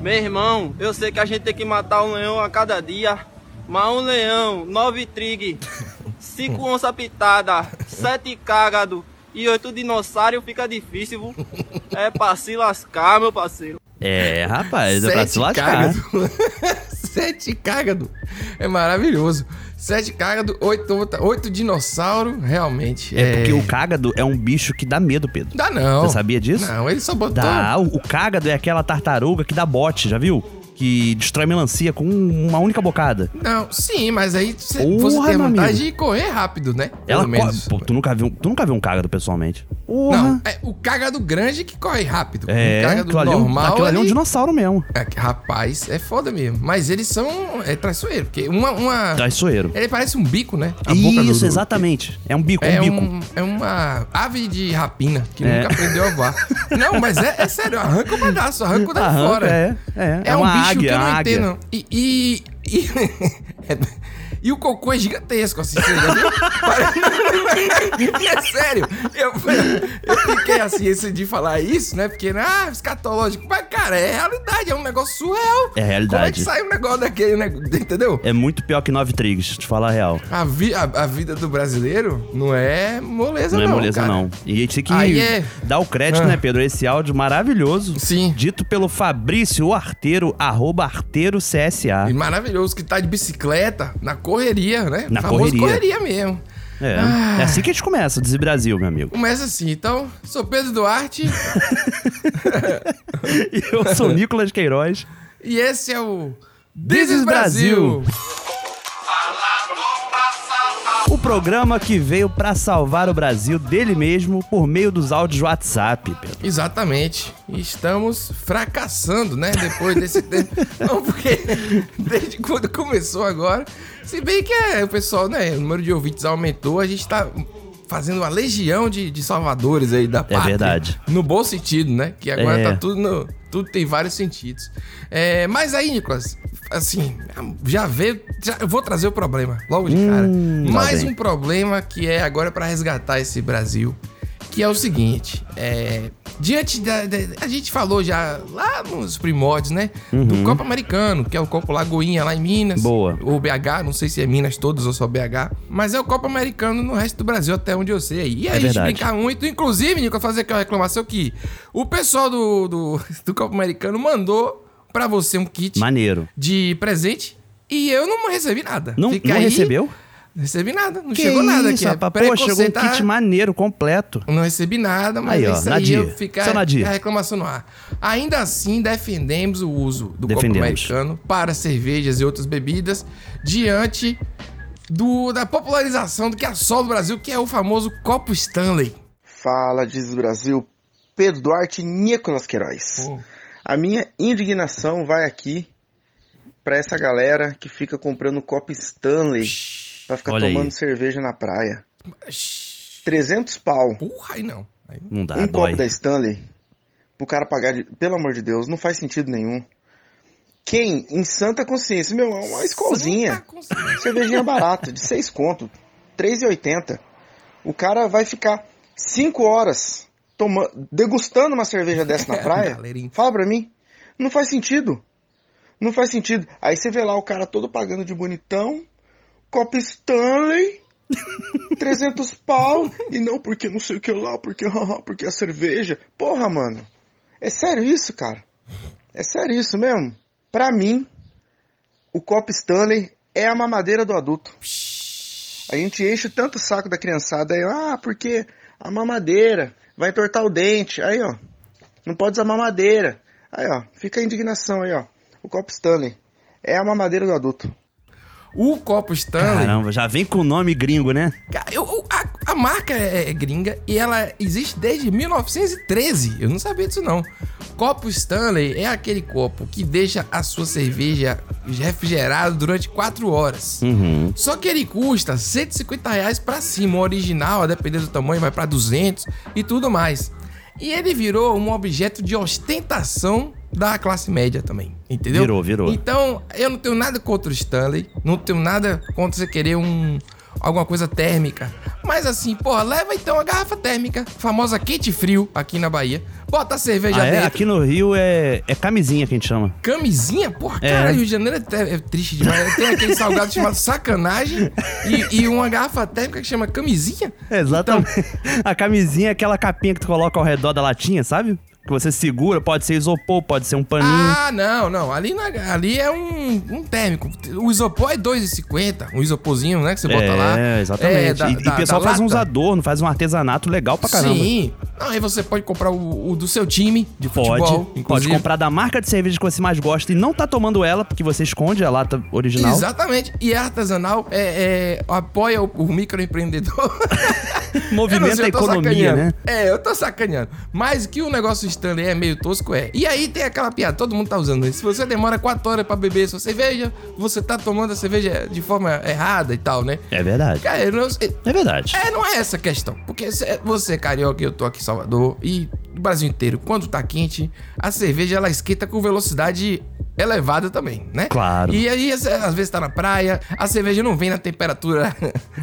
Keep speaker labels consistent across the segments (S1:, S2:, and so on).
S1: Meu irmão, eu sei que a gente tem que matar um leão a cada dia, mas um leão, nove trigue, cinco onça pitada, sete cágado e oito dinossauro fica difícil, viu? É pra se lascar, meu parceiro.
S2: É, rapaz, é pra se lascar.
S3: cágado. Sete cágado. É maravilhoso. Sete cágado, oito, outra- oito dinossauro, realmente.
S2: É porque o cágado é um bicho que dá medo, Pedro.
S3: Dá não.
S2: Você sabia disso?
S3: Oh. Não, ele só botou...
S2: Dá. O, o cágado é aquela tartaruga que dá bote, já viu? Que destrói melancia com uma única bocada.
S3: Não, sim, mas aí você,
S2: Porra,
S3: você tem a
S2: meu
S3: vantagem
S2: amigo.
S3: de correr rápido, né?
S2: Ela
S3: Pelo menos.
S2: co- Pô, tu, nunca viu, tu nunca viu um cágado pessoalmente?
S3: Não,
S2: Porra.
S3: é o cagado grande que corre rápido.
S2: É,
S3: o cagado
S2: aquilo ali, é um-
S3: normal.
S2: aquilo ali é um
S3: ele-
S2: dinossauro mesmo.
S3: É que, rapaz, é foda mesmo. Mas eles são é, traiçoeiro, porque uma, uma.
S2: É Traiçoeiro.
S3: Ele parece um bico, né?
S2: Isso,
S3: do-
S2: exatamente. É um bico,
S3: É,
S2: um bico.
S3: um, é uma ave de rapina que
S2: É.
S3: nunca aprendeu a voar. Não, mas é, é sério, arranca o pedaço, arranca o da
S2: Arranca,
S3: fora.
S2: é, é.
S3: é,
S2: É
S3: um
S2: uma
S3: bicho que
S2: águia,
S3: eu não
S2: uma águia.
S3: entendo. E. E, e, e o cocô é gigantesco, assim, você já viu? Pare- é sério. Eu, eu fiquei assim, esse de falar isso, né? Porque, ah, escatológico. Mas, cara, é realidade, é um negócio surreal.
S2: É realidade.
S3: Como é que sai um negócio daquele, né? Entendeu?
S2: É muito pior que nove trigos, te falar a real.
S3: A, vi- a, a vida do brasileiro não é moleza,
S2: Não,
S3: não.
S2: é moleza,
S3: cara.
S2: não. E a gente tem que
S3: Aí é-
S2: dar o crédito,
S3: Ah.
S2: né, Pedro? a Esse áudio maravilhoso.
S3: Sim.
S2: Dito pelo Fabrício Arteiro, arroba Arteiro
S3: E
S2: CSA.
S3: maravilhoso que tá de bicicleta, na correria, né?
S2: Na
S3: Famoso
S2: correria.
S3: correria mesmo.
S2: É.
S3: Ah.
S2: é assim que a gente começa, o Desi Brasil, meu amigo.
S3: Começa assim, então, sou Pedro Duarte
S2: E eu sou o Nicolas Queiroz.
S3: e esse é o
S2: This is Brasil. O programa que veio pra salvar o Brasil dele mesmo por meio dos áudios do WhatsApp, Pedro.
S3: Exatamente. E Estamos fracassando, né? Depois desse tempo. Não, porque desde quando começou agora. Se bem que é, o pessoal, né? O número de ouvintes aumentou, a gente tá fazendo uma legião de, de salvadores aí da pátria.
S2: É verdade.
S3: No bom sentido, né? Que agora
S2: É.
S3: tá tudo no- Tudo tem vários sentidos. É, mas aí, Nicolas, assim, já veio. já- eu vou trazer o problema logo de cara.
S2: Hum, lá
S3: Mais
S2: vem.
S3: um problema que é agora pra resgatar esse Brasil, que é o seguinte, é, diante da, da- a gente falou já lá nos primórdios, né, do Copa Americano, que é o Copa Lagoinha lá em Minas,
S2: Uhum. Boa.
S3: ou BH, não sei se é Minas todos ou só BH, mas é o Copa Americano no resto do Brasil até onde eu sei. aí. E a
S2: É
S3: gente
S2: verdade.
S3: brinca muito, inclusive, Nico, eu vou fazer aqui uma reclamação que o pessoal do, do, do Copa Americano mandou pra você um kit
S2: Maneiro.
S3: de presente e eu não recebi nada.
S2: Não,
S3: Fica
S2: não
S3: aí-
S2: recebeu?
S3: não recebi nada, não chegou nada aqui.
S2: isso,
S3: é
S2: rapaz? Pô, chegou um
S3: preconceito, ah,
S2: kit maneiro, completo.
S3: Não recebi nada, mas
S2: Aí,
S3: é
S2: ó,
S3: isso
S2: Nadir.
S3: aí eu ficar
S2: Seu Nadir.
S3: a reclamação no ar. Ainda assim, defendemos o uso do copo
S2: Defendemos.
S3: americano para cervejas e outras bebidas diante do, da popularização do que é só do Brasil, que é o famoso copo Stanley.
S4: Fala, diz Brasil, Pedro Duarte e Nicolas Queiroz. A minha indignação vai aqui pra essa galera que fica comprando copo Stanley pra ficar
S2: Olha aí.
S4: tomando cerveja na praia.
S3: Shhh,
S4: 300 pau,
S3: Porra, aí não. Aí não.
S2: Não dá,
S4: um
S2: Ah, dói.
S4: copo da Stanley, pro cara pagar, de... pelo amor de Deus, não faz sentido nenhum. Quem, em santa consciência, meu, é uma escolzinha.
S3: Santa consciência.
S4: Cervejinha barata, de 6 conto, 3,80. O cara vai ficar 5 horas toma, degustando uma cerveja dessa na praia.
S3: É, Galerinha.
S4: Fala pra mim. Não faz sentido. Não faz sentido. Aí você vê lá o cara todo pagando de bonitão, copo Stanley, 300 pau, e não porque não sei o que lá, porque, porque a cerveja. Porra, mano. É sério isso, cara? É sério isso mesmo? Pra mim, o copo Stanley é a mamadeira do adulto. A gente enche tanto o saco da criançada aí, ah, porque a mamadeira vai entortar o dente. Aí, ó, não pode usar mamadeira. Aí, ó, fica a indignação aí, ó. O copo Stanley é a mamadeira do adulto.
S3: O copo Stanley
S2: Caramba, já vem com o nome gringo, né?
S3: Ca- eu- eu- a, a marca é, é gringa e ela existe desde 1913. Eu não sabia disso, não. Copo Stanley é aquele copo que deixa a sua cerveja refrigerada durante 4 horas.
S2: Uhum.
S3: Só que ele custa R$ 150 reais pra cima. O original, a depender do tamanho, vai pra 200 e tudo mais. E ele virou um objeto de ostentação da classe média também, entendeu?
S2: Virou, virou.
S3: Então, eu não tenho nada contra o Stanley, não tenho nada contra você querer um, alguma coisa térmica. Mas assim, porra, leva então a garrafa térmica, famosa quente frio aqui na Bahia. Bota a cerveja
S2: Ah, é?
S3: dentro.
S2: Aqui no Rio é, é camisinha que a gente chama.
S3: Camisinha? Porra,
S2: É.
S3: cara, Rio de Janeiro é, te- é triste demais. Tem aquele salgado chamado sacanagem e, e uma garrafa térmica que chama camisinha.
S2: Exatamente. A camisinha é aquela capinha que tu coloca ao redor da latinha, sabe? Que você segura, pode ser isopor, pode ser um paninho.
S3: Ah, não, não. Ali, na- ali é um, um térmico. O isopor é 2,50. Um isoporzinho, né? Que você bota
S2: é,
S3: lá.
S2: exatamente.
S3: É, da-
S2: e, e
S3: da-
S2: o pessoal
S3: da
S2: faz uns
S3: lata.
S2: adornos, faz um artesanato legal pra caramba.
S3: Sim. Não, aí você pode comprar o, o do seu time de
S2: Pode,
S3: futebol.
S2: pode
S3: inclusive.
S2: comprar da marca de cerveja que você mais gosta e não tá tomando ela, porque você esconde a lata original.
S3: Exatamente. E é artesanal é, é, apoia o, o microempreendedor. Eu não
S2: Movimenta
S3: sei,
S2: a
S3: eu tô
S2: economia, né?
S3: sacaneando. É, eu tô sacaneando. Mas que o negócio Stanley é meio tosco é. E aí tem aquela piada, todo mundo tá usando isso. Se você demora 4 horas pra beber sua cerveja, você tá tomando a cerveja de forma errada e tal, né?
S2: É verdade.
S3: Cara, eu não sei.
S2: É verdade.
S3: É, não é essa a questão. Porque cê- você é carioca e eu tô aqui em Salvador e o Brasil inteiro, quando tá quente, a cerveja ela esquenta com velocidade elevada também, né?
S2: Claro.
S3: E aí, às- às vezes tá na praia, a cerveja não vem na temperatura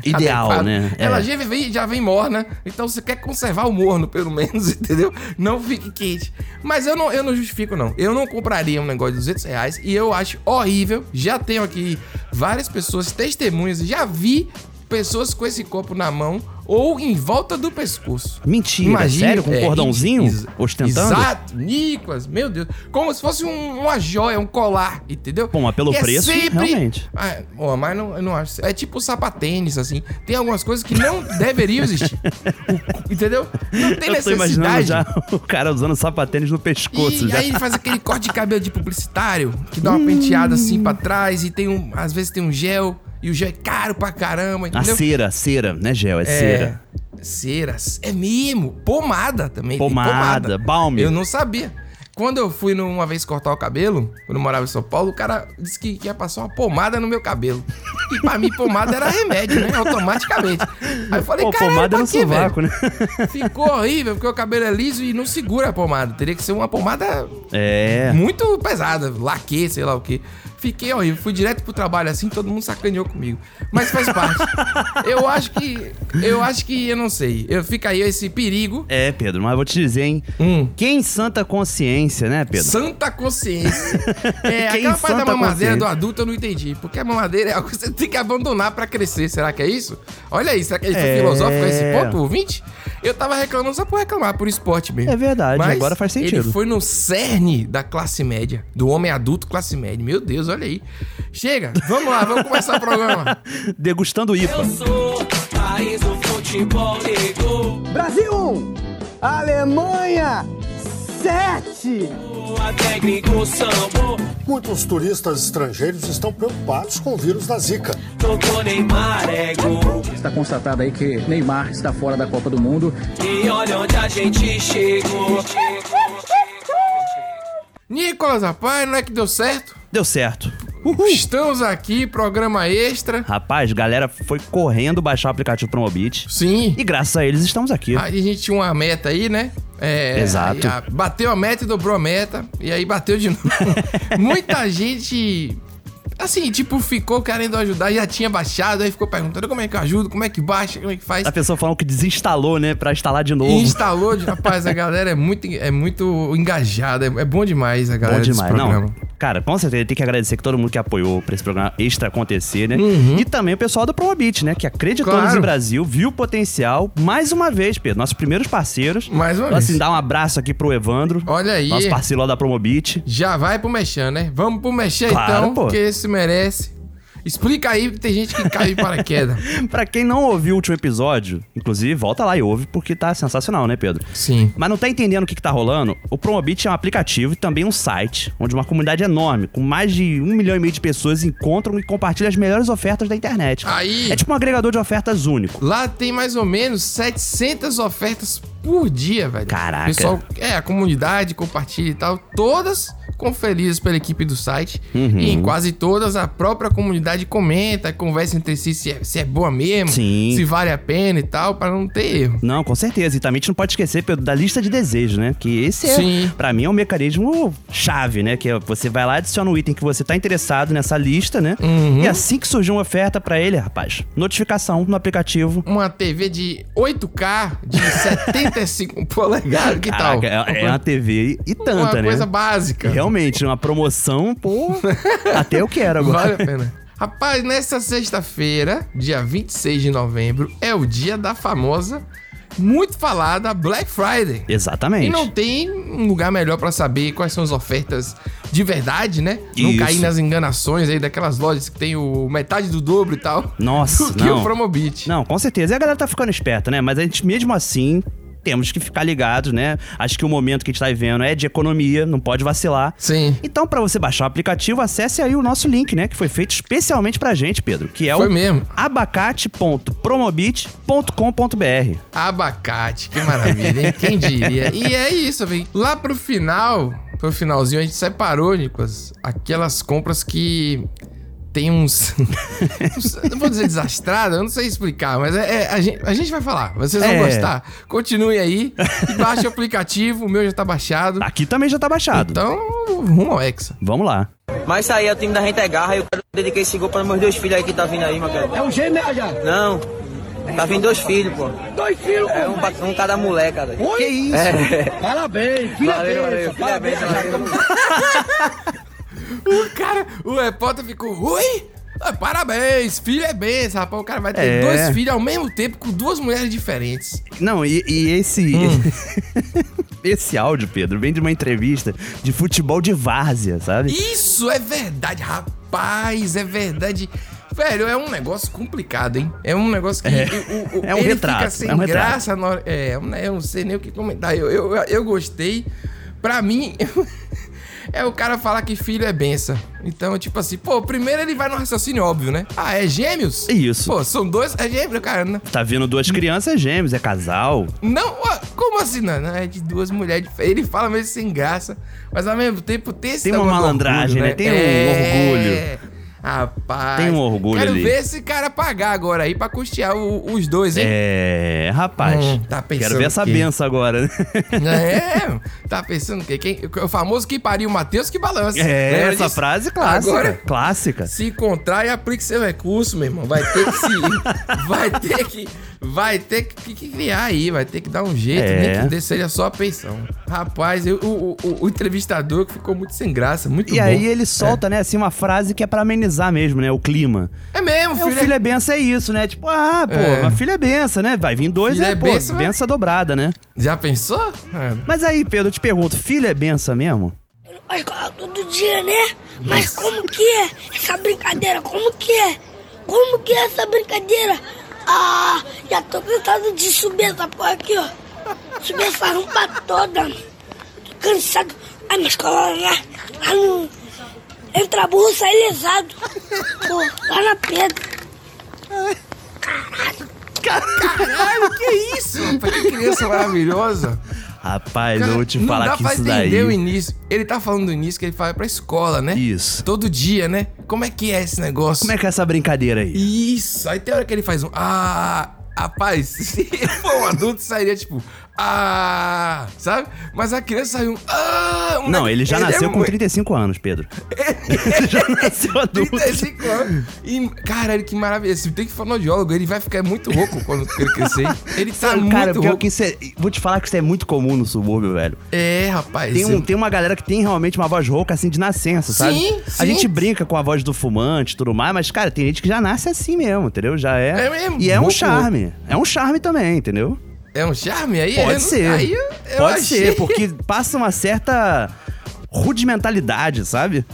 S2: Ideal,
S3: adequada.
S2: né?
S3: Ela
S2: É.
S3: já vem, já vem morna, então você quer conservar o morno, pelo menos, entendeu? Não fique quente. Mas eu não, eu não justifico, não. Eu não compraria um negócio de 200 reais e eu acho horrível. Já tenho aqui várias pessoas, testemunhas, já vi pessoas com esse copo na mão ou em volta do pescoço.
S2: Mentira, sério? Com um
S3: é,
S2: cordãozinho?
S3: ex-
S2: ostentando?
S3: Exato, Nicolas, meu Deus. Como se fosse um- uma joia, um colar, entendeu?
S2: Bom, mas pelo
S3: E é
S2: preço, realmente.
S3: Ah, ó, mas não, eu não acho. É tipo sapatênis, assim. Tem algumas coisas que não deveriam existir. O- entendeu? Não tem
S2: Eu tô imaginando
S3: necessidade.
S2: já o cara usando sapatênis no pescoço
S3: E
S2: já.
S3: aí ele faz aquele corte de cabelo de publicitário, que dá uma penteada assim pra trás e tem um. Às vezes tem um gel, e o gel é caro pra caramba,
S2: A
S3: entendeu?
S2: cera, cera, né, Gel? É, cera.
S3: É, ceras. É mesmo. Pomada também. tem
S2: Pomada, balme.
S3: Eu não sabia. Quando eu fui numa vez cortar o cabelo, quando eu morava em São Paulo, o cara disse que que ia passar uma pomada no meu cabelo. E pra mim, pomada era remédio, né? Automaticamente. Aí eu falei,
S2: Pô,
S3: cara,
S2: pomada
S3: pra
S2: no
S3: quê, velho?
S2: sovaco, né?
S3: Ficou horrível, porque o cabelo é liso e não segura a pomada. Teria que ser uma pomada
S2: É.
S3: muito pesada, laque, sei lá o que. Fiquei horrível, fui direto pro trabalho assim, todo mundo sacaneou comigo. Mas faz parte. eu acho que. Eu acho que eu não sei. Eu fica aí esse perigo.
S2: É, Pedro, mas eu vou te dizer, hein?
S3: Hum.
S2: Quem santa consciência, né, Pedro?
S3: Santa consciência.
S2: Quem
S3: É, aquela parte da
S2: santa
S3: mamadeira
S2: consciência?
S3: do adulto eu não entendi. Porque a mamadeira é algo que você tem que abandonar pra crescer. Será que é isso? Olha aí, será que ele foi
S2: É.
S3: filosófico a esse ponto, ouvinte? Eu tava reclamando só por reclamar, por esporte mesmo.
S2: É verdade, agora faz sentido.
S3: Ele foi no cerne da classe média, do homem adulto classe média. Meu Deus, olha aí. Chega, vamos lá, vamos começar o programa.
S2: Degustando IPA.
S5: sou país do futebol ligou.
S6: Brasil 1, Alemanha 7.
S5: Até gringo sambou,
S7: Muitos turistas estrangeiros estão preocupados com o vírus da Zika.
S5: tocou Neymar é gol.
S8: Está constatado aí que Neymar está fora da Copa do Mundo.
S5: E olha onde a gente chegou.
S3: Nicolas, rapaz, não é que deu certo?
S2: Deu certo.
S3: Estamos aqui, programa extra.
S2: Rapaz, galera foi correndo baixar o aplicativo Promobit.
S3: Sim.
S2: E graças a eles estamos aqui.
S3: Aí a gente tinha uma meta aí, né? É,
S2: Exato.
S3: aí a- bateu a meta e dobrou a meta. E aí bateu de novo. Muita gente. Assim, tipo, ficou querendo ajudar, já tinha baixado, aí ficou perguntando como é que eu ajudo, como é que baixa, como é que faz.
S2: A pessoa falou que desinstalou, né, pra instalar de Tá novo.
S3: E instalou, de- rapaz, a galera é muito, é muito engajada, é, é bom demais a galera
S2: Bom
S3: desse
S2: demais,
S3: programa.
S2: não. Cara, com certeza tem que agradecer que todo mundo que apoiou pra esse programa extra acontecer, né? E também o pessoal da Promobit, né? Que acreditou
S3: Uhum. Claro.
S2: no Brasil, viu o potencial. Mais uma vez, Pedro, nossos primeiros parceiros.
S3: Mais uma
S2: Então,
S3: vez.
S2: Assim, dá um abraço aqui pro Evandro.
S3: Olha aí.
S2: Nosso parceiro lá da Promobit.
S3: Já vai pro Mexan, né? Vamos pro Mexan
S2: Claro,
S3: então,
S2: pô.
S3: porque esse merece. Explica aí, porque tem gente que cai de paraquedas.
S2: Pra quem não ouviu o último episódio, inclusive, volta lá e ouve, porque tá sensacional, né, Pedro?
S3: Sim.
S2: Mas não tá entendendo o que, que tá rolando? O Promobit é um aplicativo e também um site, onde uma comunidade enorme, com mais de um milhão e meio de pessoas, encontram e compartilham as melhores ofertas da internet.
S3: Aí.
S2: É tipo um agregador de ofertas único.
S3: Lá tem mais ou menos 700 ofertas por dia, velho.
S2: Caraca.
S3: Pessoal, é, a comunidade compartilha e tal, todas conferidas pela equipe do site.
S2: Uhum.
S3: E em quase todas, a própria comunidade comenta, conversa entre si se é, se é boa mesmo,
S2: Sim.
S3: se vale a pena e tal, pra não ter erro.
S2: Não, com certeza. E também a gente não pode esquecer Pedro, da lista de desejos, né? Que esse é,
S3: Sim.
S2: pra mim, é um mecanismo chave, né? Que é você vai lá, adiciona o item que você tá interessado nessa lista, né? E assim que surgir uma oferta pra ele, rapaz, notificação no aplicativo.
S3: Uma TV de 8K de 75 polegadas, que tal?
S2: Caraca, é, é uma TV e, e tanta,
S3: uma
S2: né?
S3: coisa básica.
S2: Realmente, uma promoção, pô, até eu quero agora.
S3: Vale a pena. Rapaz, nesta sexta-feira, dia 26 de novembro, é o dia da famosa, muito falada Black Friday.
S2: Exatamente.
S3: E não tem um lugar melhor pra saber quais são as ofertas de verdade, né? Não
S2: Isso.
S3: cair nas enganações aí daquelas lojas que tem o metade do dobro e tal.
S2: Nossa,
S3: do que
S2: não.
S3: o Promobit.
S2: Não, com certeza. E a galera tá ficando esperta, né? Mas a gente, mesmo assim, temos que ficar ligados, né? Acho que o momento que a gente tá vivendo é de economia, não pode vacilar.
S3: Sim.
S2: Então, pra você baixar o aplicativo, acesse aí o nosso link, né? Que foi feito especialmente pra gente, Pedro. Que é
S3: Foi
S2: o
S3: mesmo.
S2: abacate.promobit.com.br.
S3: Abacate, que maravilha, hein? Quem diria? E é isso, vem. Lá pro final, pro finalzinho, a gente separou, Nicolas, aquelas compras que tem uns. eu vou dizer desastrada, eu não sei explicar, mas é, é- a, gente, a gente vai falar. Vocês vão
S2: É.
S3: gostar. Continue aí e baixe o aplicativo, o meu já tá baixado.
S2: Aqui também já tá baixado.
S3: Então, rumo ao Hexa.
S2: Vamos lá.
S9: Mas isso aí é o time da gente é garra e eu quero dedicar esse gol para meus dois filhos aí que tá vindo aí, meu querido. É um gêmeo já? Não. Tá vindo dois filhos, pô. Dois filhos, É um, pra- um cada mulher, cara.
S2: Que isso?
S8: É.
S9: Valeu, valeu. Parabéns, valeu.
S3: O cara, o repórter ficou, ui! Ah, Parabéns, filho é benção, rapaz. O cara vai ter
S2: É.
S3: dois filhos ao mesmo tempo com duas mulheres diferentes.
S2: Não, e, e esse.
S3: Hum.
S2: esse áudio, Pedro, vem de uma entrevista de futebol de várzea, sabe?
S3: Isso é verdade, rapaz, é verdade. Velho, é um negócio complicado, hein? É um negócio que. o- o-
S2: É um
S3: ele
S2: retrato,
S3: Fica sem
S2: é um retrato.
S3: graça na hora. É, eu não- eu não sei nem o que comentar. Eu, eu, eu gostei. Pra mim, é o cara falar que filho é benção. Então, tipo assim, pô, primeiro ele vai no raciocínio óbvio, né? Ah, é gêmeos?
S2: Isso.
S3: Pô, são dois. É gêmeo, cara. né?
S2: Tá vindo duas crianças gêmeos, é casal.
S3: Não, ó, como assim? Não, não, é de duas mulheres. diferentes. Ele fala meio sem graça, mas ao mesmo tempo tem esse
S2: Tem uma
S3: negócio do
S2: malandragem, né? Tem um
S3: orgulho. É, Rapaz.
S2: Tem um orgulho
S3: Quero
S2: ali.
S3: ver esse cara pagar agora aí pra custear o- os dois, hein?
S2: É, rapaz.
S3: Hum, tá pensando
S2: quero ver essa
S3: que-
S2: benção agora, né?
S3: É, tá pensando o quê? Quem, o famoso que pariu o Matheus que balança.
S2: É,
S3: Lembra
S2: essa
S3: disso?
S2: frase clássica.
S3: Agora,
S2: Clássica.
S3: se encontrar e aplique seu recurso, meu irmão. Vai ter que se. vai ter que. Vai ter que, que criar aí, vai ter que dar um jeito,
S2: É.
S3: nem que dê- seja só a pensão. Rapaz, eu- o, o- o entrevistador que ficou muito sem graça, muito
S2: E
S3: bom.
S2: aí ele solta, né, assim, uma frase que é pra amenizar mesmo, né? O clima.
S3: É mesmo,
S2: É, o
S3: filho.
S2: filho é benção, é isso, né? Tipo, ah, pô,
S3: É.
S2: mas filho é benção, né? Vai vir dois,
S3: Filho
S2: é,
S3: é
S2: pô,
S3: benção,
S2: benção,
S3: né?
S2: dobrada, né?
S3: Já pensou? É.
S2: Mas aí, Pedro, eu te pergunto, filho é benção mesmo?
S10: Mas cola todo dia, né? Mas como que é essa brincadeira? Como que é? Como que é essa brincadeira? Ah, já tô cansado de subir essa porra aqui, ó. Subir essa rampa toda. mano. Tô cansado. Ai, mas cola lá. Lá no... Entra burro, sai lesado. Pô, lá na pedra.
S3: Caralho, que isso? rapaz? Que criança maravilhosa.
S2: Rapaz,
S3: Cara,
S2: eu vou te
S3: não
S2: falar
S3: dá
S2: que
S3: pra
S2: isso
S3: entender
S2: daí...
S3: o início. Ele tá falando do início que ele fala pra escola, né?
S2: Isso.
S3: Todo dia, né? Como é que é esse negócio?
S2: Como é que é essa brincadeira aí?
S3: Isso, aí tem hora que ele faz um. Ah, rapaz, se for um adulto, sairia tipo. Ah, sabe? Mas a criança saiu um. Ah, um
S2: Não, ele já nasceu
S3: é
S2: com
S3: muito-
S2: 35 anos, Pedro. ele já nasceu adulto.
S3: 35 anos. E, caralho, que maravilha. Se tem que fonoaudiólogo, ele vai ficar muito rouco quando ele crescer. Ele tá muito
S2: Cara, pior
S3: rouco.
S2: que isso é... Vou te falar que isso é muito comum no subúrbio, velho.
S3: É, rapaz.
S2: Tem, um,
S3: eu-
S2: tem uma galera que tem realmente uma voz rouca, assim, de nascença, sabe?
S3: Sim,
S2: A
S3: sim.
S2: gente brinca com a voz do fumante e tudo mais, mas, cara, tem gente que já nasce assim mesmo, entendeu? Já é.
S3: É mesmo?
S2: E é um
S3: Rouco.
S2: charme. É um charme também, entendeu?
S3: É um charme aí? Eu
S2: Pode
S3: não-
S2: ser.
S3: Aí eu, eu
S2: Pode
S3: achei.
S2: ser, porque passa uma certa rudimentalidade, sabe?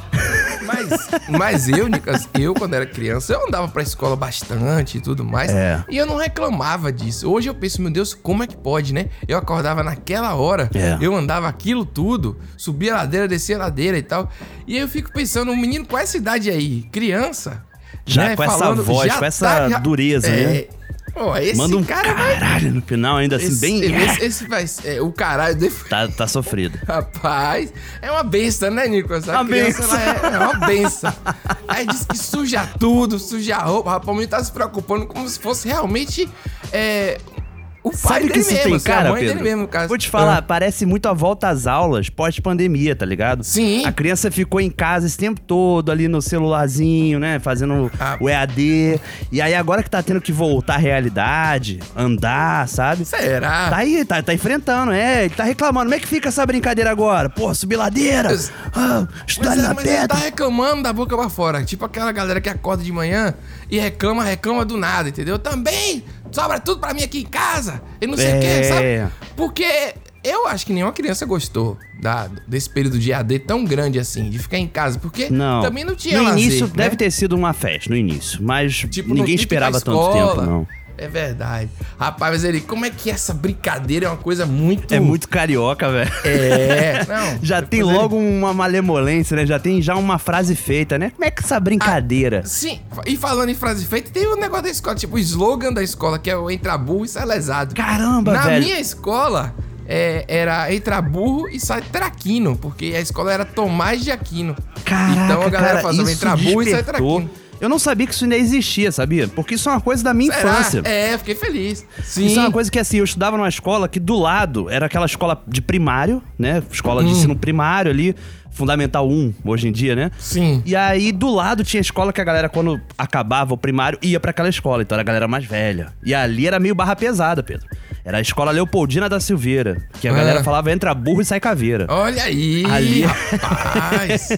S3: Mas, mas eu, Nicas, eu quando era criança, eu andava pra escola bastante e tudo mais.
S2: É.
S3: E eu não reclamava disso. Hoje eu penso, meu Deus, como é que pode, né? Eu acordava naquela hora,
S2: É.
S3: eu andava aquilo tudo, subia a ladeira, descia a ladeira e tal. E aí eu fico pensando, um menino com essa idade aí, criança. né,
S2: Já com essa voz,
S3: já
S2: com essa dureza, né?
S3: é, Pô, esse
S2: Manda um
S3: cara vai-
S2: caralho no final, ainda assim,
S3: Esse-
S2: bem.
S3: Esse, esse vai ser- é, o caralho dele.
S2: Tá, tá sofrido.
S3: Rapaz, é uma benção, né, Nicolas? A
S2: Uma
S3: criança,
S2: benção.
S3: ela é, é uma benção. Aí diz que suja tudo, suja a roupa. Rapaz, o menino tá se preocupando como se fosse realmente é, o pai
S2: Sabe
S3: dele
S2: que isso
S3: mesmo,
S2: tem
S3: assim, a
S2: cara,
S3: mãe
S2: Pedro?
S3: dele mesmo, no caso. Ah.
S2: Vou te falar, parece muito a volta às aulas pós-pandemia, tá ligado?
S3: Sim.
S2: A criança ficou em casa esse tempo todo, ali no celularzinho, né? Fazendo
S3: Ah.
S2: o EAD. E aí agora que tá tendo que voltar à realidade, andar, sabe?
S3: Será?
S2: Tá aí, tá, tá enfrentando, é. Ele tá reclamando. Como é que fica essa brincadeira agora? Pô, subir ladeira. Ah, estudar
S3: Mas, é,
S2: na
S3: mas ele tá
S2: pedra.
S3: reclamando da boca pra fora. Tipo aquela galera que acorda de manhã e reclama, reclama do nada, entendeu? Também sobra tudo pra mim aqui em casa e não sei o
S2: É.
S3: que, sabe? Porque eu acho que nenhuma criança gostou da- desse período de AD tão grande assim, de ficar em casa, porque
S2: Não.
S3: também não tinha
S2: No
S3: lazer,
S2: início
S3: né?
S2: deve ter sido uma festa, no início. Mas
S3: Tipo, não
S2: ninguém
S3: tinha que ir pra
S2: esperava tanto
S3: escola.
S2: tempo, não.
S3: É verdade. Rapaz, mas ele, como é que essa brincadeira é uma coisa muito.
S2: É muito carioca, velho.
S3: É, não.
S2: Já tem logo uma malemolência, né? Já tem já uma frase feita, né? Como é que essa brincadeira?
S3: Sim, e falando em frase feita, tem um negócio da escola, tipo o slogan da escola, que é o entra burro e sai lesado.
S2: Caramba,
S3: Na
S2: velho.
S3: minha escola, é, era entra burro e sai traquino, porque a escola era Tomás de Aquino.
S2: Caraca,
S3: então a galera
S2: cara,
S3: fazia o
S2: isso
S3: entra burro e sai
S2: despertou.
S3: traquino.
S2: Eu não sabia que isso ainda existia, sabia? Porque isso é uma coisa da minha
S3: Será?
S2: infância.
S3: É, fiquei feliz. Sim.
S2: Isso é uma coisa que, assim, eu estudava numa escola que do lado era aquela escola de primário, né? Escola de
S3: Hum.
S2: ensino primário ali, Fundamental 1, hoje em dia, né?
S3: Sim.
S2: E aí, do lado tinha escola que a galera, quando acabava o primário, ia pra aquela escola. Então era a galera mais velha. E ali era meio barra pesada, Pedro. Era a escola Leopoldina da Silveira, que a
S3: Ah.
S2: galera falava entra burro e sai caveira.
S3: Olha aí,
S2: Ali-
S3: rapaz.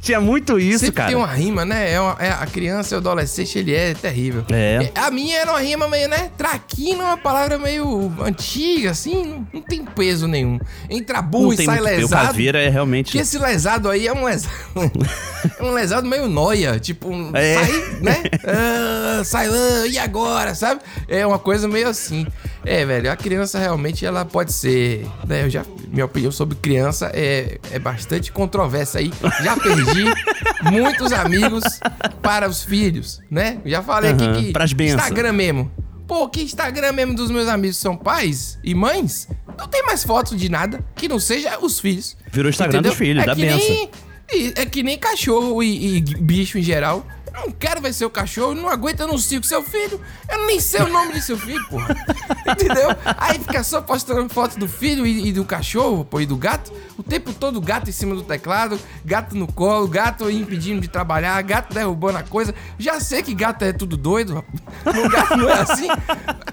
S2: Tinha muito isso,
S3: Sempre
S2: cara.
S3: tem uma rima, né? É uma- é a criança e o adolescente, ele é terrível.
S2: É.
S3: A minha era uma rima meio, né? Traquina é uma palavra meio antiga, assim, não, não tem peso nenhum. Entra burro
S2: Não
S3: e
S2: tem
S3: sai
S2: muito tempo.
S3: lesado.
S2: Caveira é realmente.
S3: Que esse lesado aí é um lesado. é um lesado meio noia. Tipo, um-
S2: É.
S3: sai, né? Ah, sai, ah, e agora, sabe? É uma coisa meio assim. É, velho, a criança realmente ela pode ser. Né, eu já, minha opinião sobre criança é, é bastante controversa aí. Já perdi muitos amigos para os filhos, né? Eu Já falei
S2: Aham,
S3: aqui que.
S2: pras bênçãos.
S3: Instagram mesmo. Pô, que Instagram mesmo dos meus amigos são pais e mães? Não tem mais foto de nada que não seja os filhos.
S2: Virou Instagram dos filhos,
S3: é
S2: dá
S3: que
S2: benção.
S3: nem- e- É que nem cachorro e, e bicho em geral. Eu não quero ver seu cachorro, não aguento, eu não sigo seu filho. Eu nem sei o nome de seu filho, porra. Entendeu? Aí fica só postando foto do filho e, e do cachorro, pô, e do gato. O tempo todo gato em cima do teclado, gato no colo, gato impedindo de trabalhar, gato derrubando a coisa. Já sei que gato é tudo doido, rapaz. O gato não é assim.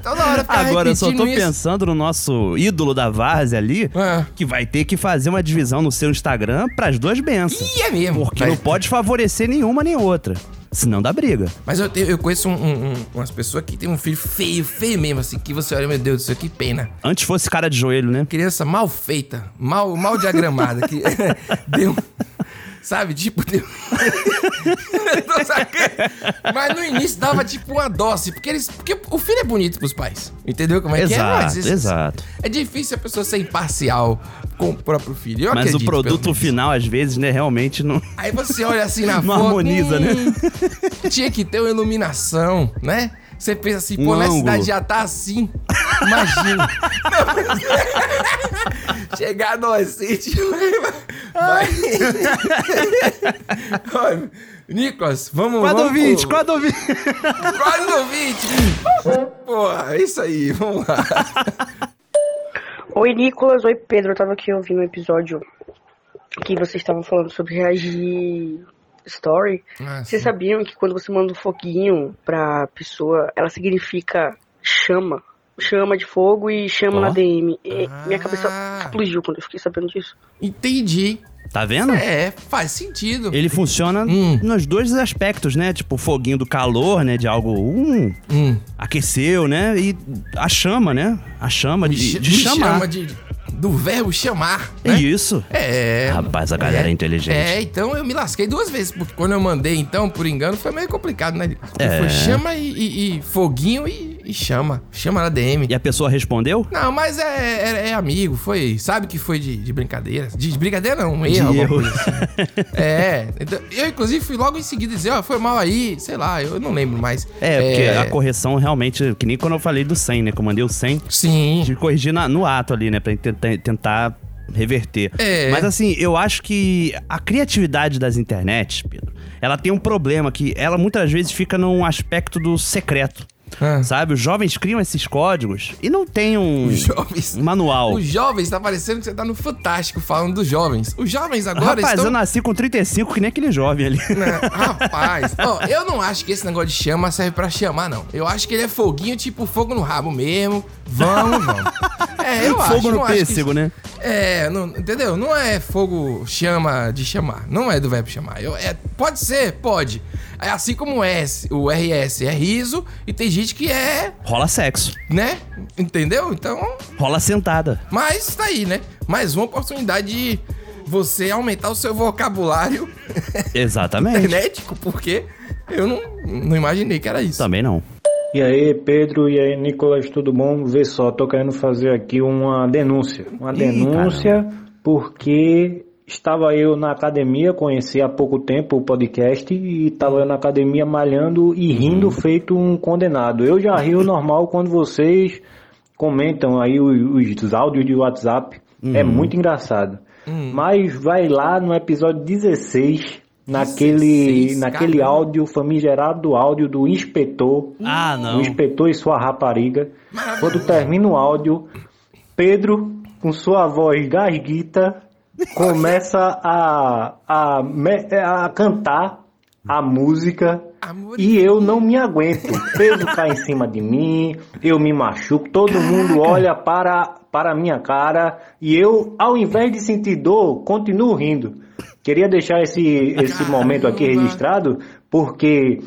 S3: Toda hora fica
S2: Agora eu só tô
S3: repetindo isso.
S2: pensando no nosso ídolo da várzea ali,
S3: É.
S2: que vai ter que fazer uma divisão no seu Instagram pras duas bênçãos.
S3: Ih, é mesmo.
S2: Porque
S3: Vai-
S2: não pode favorecer nenhuma nem outra. Senão dá briga.
S3: Mas eu, tenho- eu conheço um- um- um- umas pessoas que tem um filho feio, feio mesmo, assim, que você olha, meu Deus do céu, que pena.
S2: Antes fosse cara de joelho, né?
S3: Criança mal feita, mal, mal diagramada, que deu. um, Sabe, tipo, deu. Eu tô sacando. Mas no início dava tipo uma dose, porque eles. Porque o filho é bonito pros pais. Entendeu como é que é? Mas
S2: exato,
S3: isso-
S2: exato.
S3: É difícil a pessoa ser imparcial com o próprio filho. Eu
S2: Mas
S3: acredito,
S2: o
S3: pelo
S2: produto final, às vezes, né, realmente não.
S3: Aí você olha assim na
S2: Não
S3: foto. Hum.
S2: harmoniza, né?
S3: Tinha que ter uma iluminação, né? Você pensa assim,
S2: Um
S3: pô, na
S2: ângulo.
S3: cidade já tá assim. Imagina. Não, Chegar adolescente. Vai. Olha, Nicolas, vamos
S2: Quadro
S3: vamos
S2: 20,
S3: pro-
S2: quadro 20.
S3: Quadro 20. Porra, é isso aí, vamos lá.
S11: Oi, Nicolas. Oi, Pedro. Eu tava aqui ouvindo um episódio que vocês estavam falando sobre reagir story.
S12: Ah,
S11: vocês sabiam que quando você manda um foguinho pra pessoa, ela significa chama. Chama de fogo e chama
S2: Ó.
S11: na DM. E Minha cabeça explodiu quando eu fiquei sabendo disso.
S3: Entendi.
S2: Tá vendo?
S3: É, faz sentido.
S2: Ele funciona
S3: Hum.
S2: nos dois aspectos, né? Tipo, o foguinho do calor, né? De algo. Hum, Aqueceu, né? E a chama, né? A chama de,
S3: Ch-
S2: de
S3: me
S2: chamar.
S3: chama de- do verbo chamar. né?
S2: Isso.
S3: É.
S2: Rapaz, a galera é, inteligente.
S3: É, então eu me lasquei duas vezes, porque quando eu mandei, então, por engano, foi meio complicado, né?
S2: É.
S3: Foi chama e, e- e foguinho e, E chama. Chama na DM.
S2: E a pessoa respondeu?
S3: Não, mas é, é- é amigo, foi. Sabe que foi de, de brincadeira. De brincadeira não, um
S2: De
S3: erro, alguma
S2: erro.
S3: coisa assim. É. então, eu, inclusive, fui logo em seguida dizer, ó, foi mal aí, sei lá, eu não lembro mais.
S2: É, porque a correção realmente, que nem quando eu falei do 100, né? Que eu mandei o 100.
S3: Sim.
S2: De corrigir na- no ato ali, né? Pra tentar, tentar reverter.
S3: É.
S2: Mas assim, eu acho que a criatividade das internets, Pedro, ela tem um problema que ela muitas vezes fica num aspecto do secreto.
S3: Ah.
S2: Sabe? Os jovens criam esses códigos e não tem um manual.
S3: Os jovens, tá parecendo que você tá no Fantástico falando dos jovens. Os jovens agora
S2: Rapaz,
S3: estão...
S2: eu nasci com 35, que nem aquele jovem ali.
S3: Né? Rapaz, ó, eu não acho que esse negócio de chama serve pra chamar, não. Eu acho que ele é foguinho, tipo fogo no rabo mesmo. Vamos, vamos. É, eu acho.
S2: Fogo
S3: não
S2: no
S3: acho que
S2: pêssego,
S3: isso-
S2: né?
S3: É, não- entendeu? Não é fogo chama de chamar. Não é do verbo chamar. Eu- é- pode ser, pode. É assim como o S, o RS é riso e tem gente que é,
S2: Rola sexo.
S3: né? Entendeu? Então,
S2: Rola sentada.
S3: mas tá aí, né? Mais uma oportunidade de você aumentar o seu vocabulário
S2: Exatamente.
S3: frenético, porque eu não, não imaginei que era isso.
S2: Também não.
S12: E aí, Pedro, e aí, Nicolas, tudo bom? Vê só, tô querendo fazer aqui uma denúncia. Uma
S13: Ih,
S12: denúncia porque estava eu na academia, conheci há pouco tempo o podcast, e estava eu na academia malhando e rindo feito um condenado. Eu já rio normal quando vocês comentam aí o- os, áudios de WhatsApp.
S13: Uhum.
S12: É muito engraçado.
S13: Hum.
S12: Mas vai lá no episódio 16, naquele,
S13: 16,
S12: naquele
S13: caramba.
S12: áudio, famigerado áudio do inspetor.
S2: Ah, não.
S12: O inspetor e sua rapariga. Quando termina o áudio, Pedro, com sua voz gasguita, começa a, a, me- a cantar a música. E eu não me aguento. Pedro cai em cima de mim, eu me machuco, todo mundo olha para para a minha cara e eu, ao invés de sentir dor, continuo rindo. Queria deixar esse, esse momento aqui registrado, porque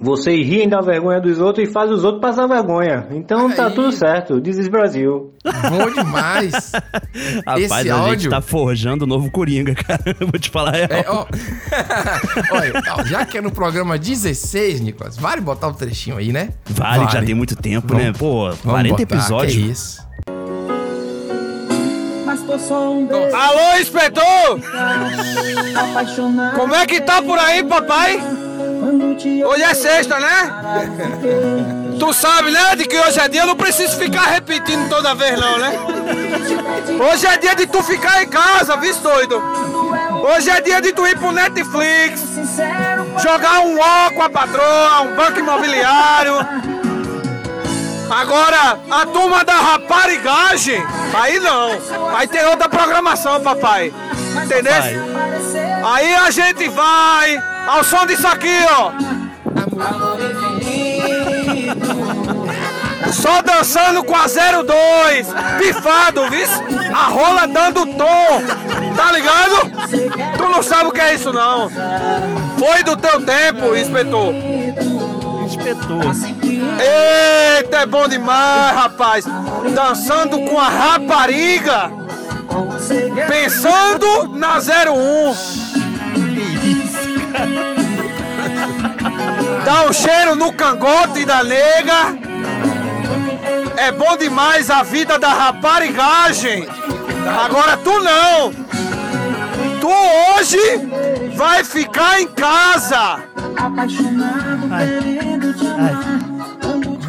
S12: vocês riem da vergonha dos outros e fazem os outros passar vergonha. Então tá tudo certo. This is Brasil.
S3: Bom demais.
S2: Rapaz,
S12: Esse
S2: a gente
S12: áudio-
S2: tá forjando o novo Coringa, cara. Eu Vou te falar a real.
S3: É, ó. Olha, ó, já que é no programa 16, Nicolas, vale botar um trechinho aí, né?
S2: Vale, já tem muito tempo, né? Pô,
S3: vamos
S2: 40
S3: botar,
S2: episódios.
S3: que isso.
S14: Bastou só um beijo.
S15: Alô, inspetor!
S14: Apaixonado.
S15: Como é que tá por aí, papai? Hoje é sexta, né? Tu sabe, né, de que hoje é dia, eu não preciso ficar repetindo toda vez, não, né? Hoje é dia de tu ficar em casa, viu, doido? Hoje é dia de tu ir pro Netflix, jogar um ó com a patroa, um banco imobiliário. Agora, a turma da raparigagem, aí não. Aí tem outra programação, papai. Entendeu? Aí a gente vai ao som disso aqui, ó. Só dançando com a 02, pifado, viu? A rola dando tom, tá ligado? Tu não sabe o que é isso, não. Foi do teu tempo, inspetor.
S2: Inspetor.
S15: Eita, é bom demais, rapaz. Dançando com a rapariga, pensando na 01. Dá um cheiro no cangote da nega. É bom demais a vida da raparigagem. Agora tu não. Tu hoje vai ficar em casa.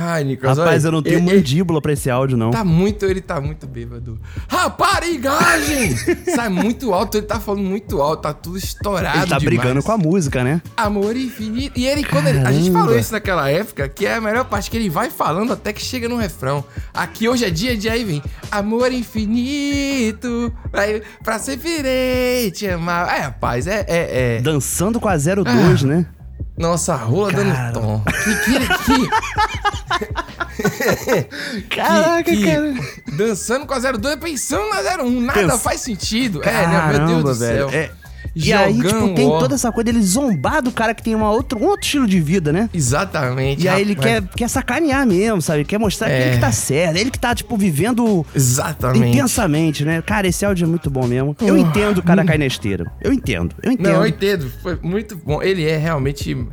S3: Ai, Nicolas,
S2: Rapaz,
S3: olha,
S2: eu não tenho
S3: ele-
S2: mandíbula pra esse áudio, não.
S3: Tá muito, ele tá muito bêbado. Raparigagem! Sai muito alto, ele tá falando muito alto, tá tudo estourado
S2: Ele tá
S3: demais.
S2: brigando com a música, né?
S3: Amor infinito. E ele, quando ele, a gente
S2: Caramba.
S3: falou isso naquela época, que é a melhor parte, que ele vai falando até que chega no refrão. Aqui hoje é dia de aí vem amor infinito, aí, pra sempre te amar. É, rapaz, é. é, Ah, é.
S2: Dançando com a 02, né?
S3: Nossa, a rola dando tom. Que,
S2: Caraca, cara.
S3: Dançando com a 02 e pensando na 01. Nada
S2: Pens-
S3: faz sentido. é, né? Meu Deus do
S2: velho.
S3: céu.
S2: É. E aí, tipo,
S3: Jogão,
S2: tem
S3: ó.
S2: toda essa coisa dele zombar do cara que tem uma outro, um outro estilo de vida, né?
S3: Exatamente.
S2: E aí ele
S3: rapaz.
S2: quer, quer sacanear mesmo, sabe? Quer mostrar que
S3: É.
S2: ele que tá certo, ele que tá, tipo, vivendo
S3: Exatamente.
S2: intensamente, né? Cara, esse áudio é muito bom mesmo. Eu
S3: Uh.
S2: entendo o cara cair na esteira. Eu entendo, eu entendo.
S3: Não, eu entendo. Foi muito bom. Ele é realmente.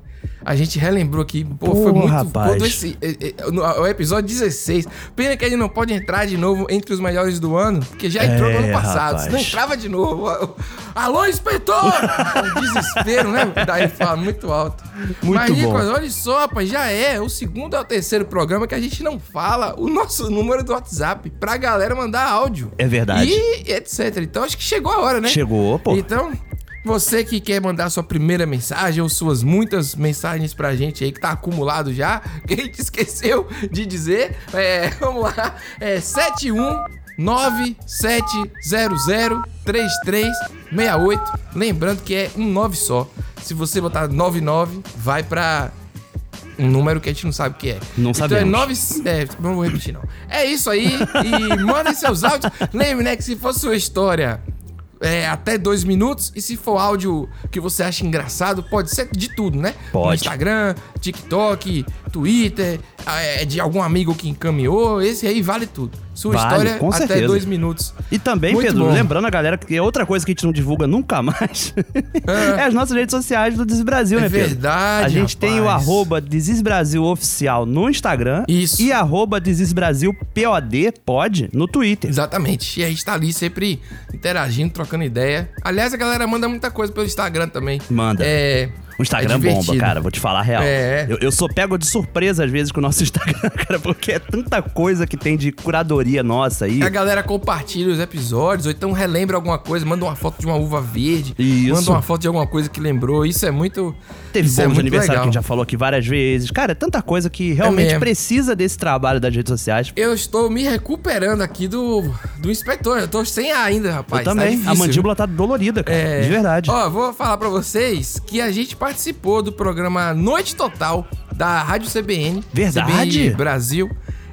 S3: A gente relembrou aqui, pô,
S2: Pô,
S3: foi muito
S2: rapaz.
S3: todo esse. é, é, no- o episódio 16. Pena que ele não pode entrar de novo entre os melhores do ano, porque já entrou no
S2: É,
S3: ano passado.
S2: rapaz.
S3: Não entrava de novo. Alô, inspetor! um desespero, né? Daí fala muito alto.
S2: Muito
S3: Mas, Nicolas,
S2: bom.
S3: olha só, rapaz, já é o segundo ao terceiro programa que a gente não fala o nosso número do WhatsApp pra galera mandar áudio.
S2: É verdade.
S3: E etc. Então acho que chegou a hora, né?
S2: Chegou, pô.
S3: Então, você que quer mandar sua primeira mensagem ou suas muitas mensagens pra gente aí que tá acumulado já, que a gente esqueceu de dizer, é, vamos lá, é 71970033368. Lembrando que é um 9 só. Se você botar 99, vai pra um número que a gente não sabe o que é.
S2: Não
S3: então é
S2: sabemos.
S3: 9. É, não vou repetir, não. É isso aí. E mandem seus áudios. Lembre, né, que se for sua história. É, até dois minutos. E se for áudio que você acha engraçado, pode ser de tudo, né?
S2: Pode.
S3: No Instagram, TikTok, Twitter, é, de algum amigo que encaminhou. Esse aí vale tudo. Sua
S2: Vale,
S3: história
S2: com
S3: até
S2: certeza.
S3: dois minutos.
S2: E também,
S3: Muito
S2: Pedro,
S3: bom.
S2: lembrando a galera que é outra coisa que a gente não divulga nunca mais é as nossas redes sociais do Desis Brasil,
S3: É
S2: né, Pedro?
S3: verdade,
S2: A gente tem o
S3: rapaz.
S2: arroba Desis Brasil Oficial no Instagram e arroba Desis Brasil POD, pode, no Twitter.
S3: É Exatamente. E a gente tá ali sempre interagindo, trocando ideia. Aliás, a galera manda muita coisa pelo Instagram também.
S2: Manda.
S3: É.
S2: O Instagram
S3: é
S2: bomba,
S3: divertido.
S2: cara, vou te falar a real.
S3: É.
S2: Eu, eu sou pego de surpresa às vezes com o nosso Instagram, cara, porque é tanta coisa que tem de curadoria nossa aí.
S3: A galera compartilha os episódios, ou então relembra alguma coisa, manda uma foto de uma uva verde,
S2: Isso.
S3: manda uma foto de alguma coisa que lembrou. Isso é muito.
S2: Teve
S3: isso é
S2: bombos de
S3: muito
S2: aniversário
S3: legal. É
S2: que a gente já falou aqui várias vezes. Cara, é tanta coisa que realmente
S3: mesmo.
S2: precisa desse trabalho das redes sociais.
S3: Eu estou me recuperando aqui do, do inspetor. Eu tô sem ar ainda, rapaz.
S2: eu também.
S3: Tá difícil,
S2: a mandíbula tá dolorida, cara.
S3: É.
S2: De verdade.
S3: Ó, vou falar pra vocês que a gente participou do programa Noite Total da Rádio CBN.
S2: Verdade?
S3: CBN Brasil.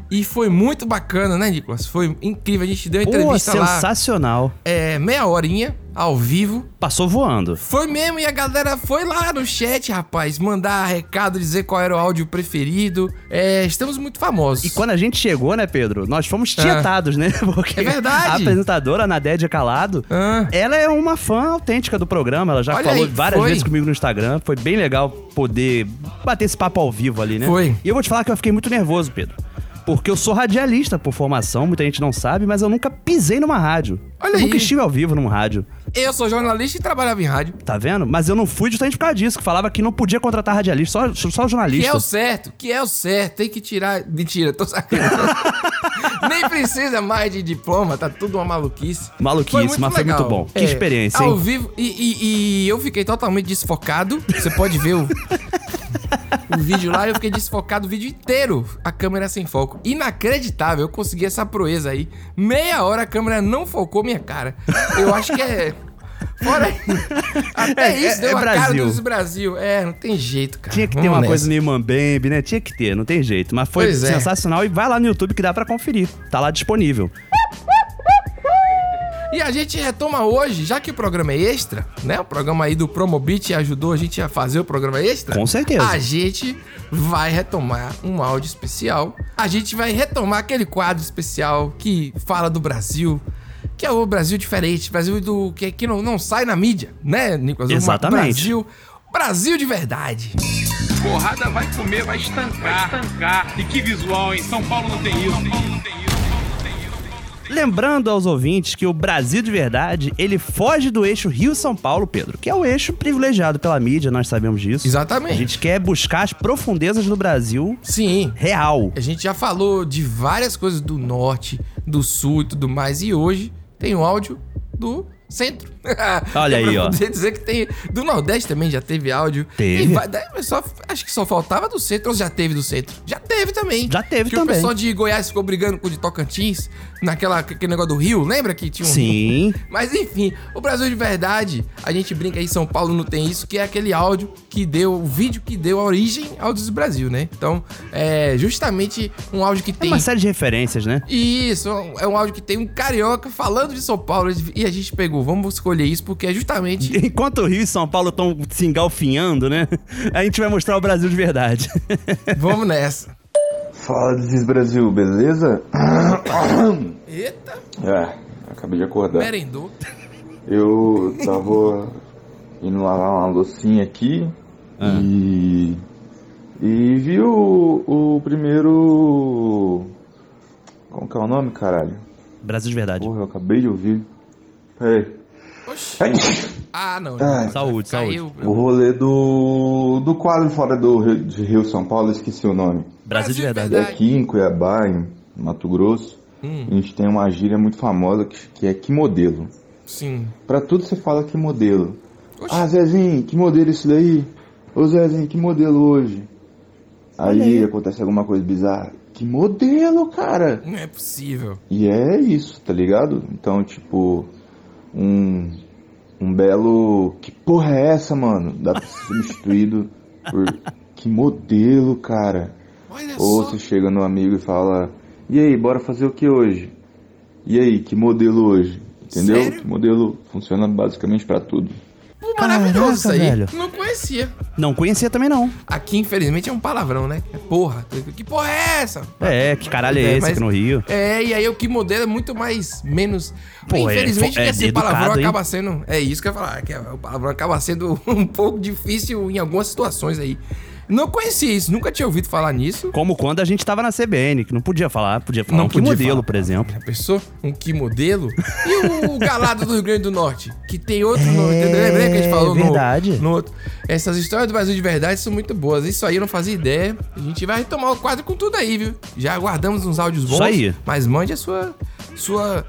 S3: E foi muito bacana, né, Nicolas? Foi incrível. A gente deu
S2: Pô,
S3: entrevista lá.
S2: sensacional.
S3: É, meia horinha, ao vivo.
S2: Passou voando.
S3: Foi mesmo, e a galera foi lá no chat, rapaz, mandar recado, dizer qual era o áudio preferido. É, estamos muito famosos.
S2: E quando a gente chegou, né, Pedro? Nós fomos tietados, né? Porque
S3: É verdade. Ah.
S2: a apresentadora, a Nadédia Calado, ela é uma fã autêntica do programa. Ela já
S3: Olha
S2: falou
S3: aí,
S2: várias
S3: foi.
S2: vezes comigo no Instagram. Foi bem legal poder bater esse papo ao vivo ali, né?
S3: Foi.
S2: E eu vou te falar que eu fiquei muito nervoso, Pedro. Porque eu sou radialista por formação, muita gente não sabe, mas eu nunca pisei numa rádio.
S3: Olha
S2: eu
S3: aí.
S2: Nunca estive ao vivo numa rádio.
S3: Eu sou jornalista e trabalhava em rádio.
S2: Tá vendo? Mas eu não fui justamente por causa disso, que falava que não podia contratar radialista, só, só
S3: Que
S2: jornalista.
S3: é o certo, que é o certo. Tem que tirar. Mentira, tô sacanagem. Nem precisa mais de diploma, tá tudo uma maluquice.
S2: Maluquice, mas foi muito bom. Que experiência,
S3: É, Ao
S2: hein?
S3: vivo. E, e- e eu fiquei totalmente desfocado. Você pode ver o, o vídeo lá, eu fiquei desfocado o vídeo inteiro. A câmera sem foco. Inacreditável, eu consegui essa proeza aí. Meia hora a câmera não focou minha cara. Eu acho que é. Fora Até
S2: É-
S3: isso,
S2: é-
S3: deu
S2: é
S3: a cara
S2: Brasil.
S3: dos Brasil. É, não tem jeito, cara.
S2: Tinha que ter
S3: Vamos
S2: uma
S3: nessa.
S2: coisa meio Mambembe, né? Tinha que ter, não tem jeito. Mas foi
S3: Pois é.
S2: sensacional. E vai lá no YouTube que dá pra conferir. Tá lá disponível.
S3: E a gente retoma hoje, já que o programa é extra, né? O programa aí do Promobit ajudou a gente a fazer o programa extra.
S2: Com certeza.
S3: A gente vai retomar um áudio especial. A gente vai retomar aquele quadro especial que fala do Brasil. Que é o Brasil diferente, Brasil do que, que não, não sai na mídia, né, Nicolas? O
S2: Exatamente.
S3: Brasil, Brasil de verdade.
S13: Porrada vai comer, vai estancar. E que visual, hein? São Paulo não tem isso.
S2: Lembrando aos ouvintes que o Brasil de Verdade, ele foge do eixo Rio-São Paulo, Pedro, que é o eixo privilegiado pela mídia, nós sabemos disso.
S3: Exatamente.
S2: A gente quer buscar as profundezas do Brasil.
S3: Sim.
S2: Real.
S3: A gente já falou de várias coisas do norte, do sul e tudo mais, e hoje tem o áudio do centro.
S2: Olha aí, ó.
S3: Você dizer que tem. Do Nordeste também já teve áudio.
S2: Teve.
S3: Tem va- daí o pessoal- acho que só faltava do centro, ou já teve do centro? Já teve também.
S2: Já teve
S3: que
S2: também.
S3: o pessoal de Goiás ficou brigando com o de Tocantins, naquela, aquele negócio do Rio, lembra que tinha um.
S2: Sim.
S3: Mas enfim, o Brasil de verdade, a gente brinca aí, São Paulo não tem isso, que é aquele áudio que deu, o vídeo que deu a origem ao Diz Brasil, né? Então, é justamente um áudio que
S2: É
S3: tem.
S2: uma série de referências, né?
S3: Isso, é um áudio que tem um carioca falando de São Paulo e a gente pegou, vamos escolher isso porque é justamente.
S2: Enquanto o Rio e São Paulo estão se engalfinhando, né? A gente vai mostrar o Brasil de verdade.
S3: Vamos nessa.
S16: Fala, Desis Brasil, beleza?
S3: Eita,
S16: É, acabei de acordar.
S3: merendou.
S16: Eu tava indo lavar uma loucinha aqui e E vi o, o primeiro. Como que é o nome, caralho?
S2: Brasil de Verdade.
S16: Porra, eu acabei de ouvir. Peraí. Ai.
S3: Ah, não.
S16: Ai.
S2: Saúde, saúde.
S16: O rolê do, do quadro fora do Rio, de Rio São Paulo, esqueci o nome.
S2: Brasil de Verdade.
S16: E aqui em Cuiabá, em Mato Grosso,
S3: Hum.
S16: a gente tem uma gíria muito famosa que, que é que modelo.
S3: Sim.
S16: Pra tudo você fala que modelo. Ah, Zezinho, que modelo isso daí? Ô Zezinho, que modelo hoje? Aí,
S3: Olha aí.
S16: acontece alguma coisa bizarra. Ah, Que modelo, cara?
S3: Não é possível.
S16: E é isso, tá ligado? Então, tipo, um, um belo. Que porra é essa, mano? Dá pra ser substituído por. Que modelo, cara? Ou você chega no amigo e fala: E aí, bora fazer o que hoje? E aí, que modelo hoje? Entendeu? Que modelo funciona basicamente pra tudo.
S3: Pô, maravilhoso isso aí.
S2: velho.
S3: Não conhecia.
S2: Não conhecia também não.
S3: Aqui, infelizmente, é um palavrão, né? É porra. Que porra é essa?
S2: É, que caralho é,
S3: É,
S2: esse
S3: mas-
S2: aqui no Rio?
S3: É, e aí o que modelo é muito mais, menos...
S2: Pô, é,
S3: Infelizmente,
S2: é
S3: esse
S2: educado,
S3: palavrão
S2: hein?
S3: acaba sendo... É isso que eu ia falar, que o palavrão acaba sendo um pouco difícil em algumas situações aí. Não conhecia isso, nunca tinha ouvido falar nisso.
S2: Como quando a gente tava na CBN, que não podia falar, podia falar
S3: Não
S2: um que
S3: podia
S2: modelo,
S3: falar.
S2: por exemplo.
S3: Já pensou? Um que modelo? E o Galado do Rio Grande do Norte, que tem outro nome, entendeu? Lembra que a gente falou no-
S2: É verdade.
S3: No, outro? Essas histórias do Brasil de verdade são muito boas. Isso aí eu não fazia ideia. A gente vai retomar o quadro com tudo aí, viu? Já aguardamos uns áudios bons.
S2: Isso aí.
S3: Mas mande a sua. sua...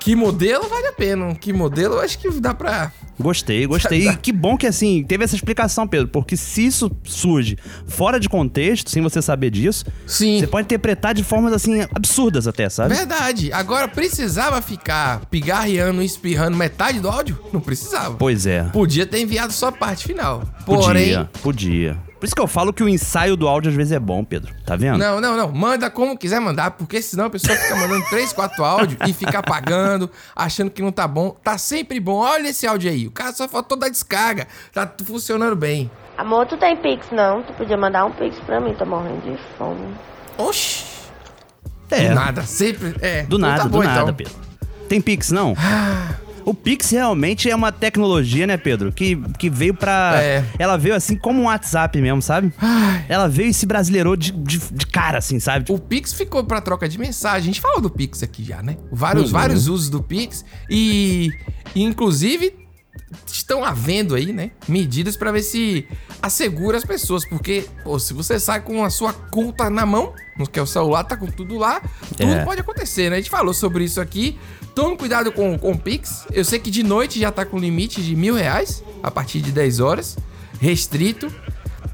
S3: Que modelo vale a pena? Um Que modelo eu acho que dá pra.
S2: Gostei, gostei. E que bom que assim, teve essa explicação, Pedro, porque se isso surge fora de contexto, sem você saber disso, você pode interpretar de formas assim absurdas até, sabe?
S3: Né? Verdade. Agora precisava ficar pigarreando e espirrando metade do áudio? Não precisava.
S2: Pois é.
S3: Podia ter enviado só a parte final. Porém.
S2: Podia, podia. Por isso que eu falo que o ensaio do áudio às vezes é bom, Pedro. Tá vendo?
S3: Não, não, não. Manda como quiser mandar, porque senão a pessoa fica mandando 3, 4 áudios e fica apagando, achando que não tá bom. Tá sempre bom. Olha esse áudio aí. O cara só faltou dar descarga. Tá t- funcionando bem.
S17: Amor, tu tem pix não? Tu podia mandar um pix pra mim, tô morrendo de fome.
S3: Oxi!
S2: É.
S3: Do nada, sempre. É.
S2: Do
S3: Então
S2: nada,
S3: tá bom,
S2: do nada,
S3: então. Ah.
S2: Pedro. Tem Pix, não? O Pix realmente é uma tecnologia, né, Pedro? Que, que veio pra.
S3: É. Ah.
S2: Ela veio assim como um WhatsApp mesmo, sabe? Ela veio e se brasileirou de, de, de cara, assim, sabe?
S3: O Pix ficou pra troca de mensagem. A gente falou do Pix aqui já, né? Vários,
S2: Uhum.
S3: vários usos do Pix. E, e, inclusive, estão havendo aí, né? Medidas pra ver se assegura as pessoas. Porque, pô, se você sai com a sua conta na mão, que é o celular, tá com tudo lá, tudo
S2: É.
S3: pode acontecer, né? A gente falou sobre isso aqui. Tome cuidado com, com o Pix. Eu sei que de noite já tá com limite de mil reais, a partir de 10 horas, restrito.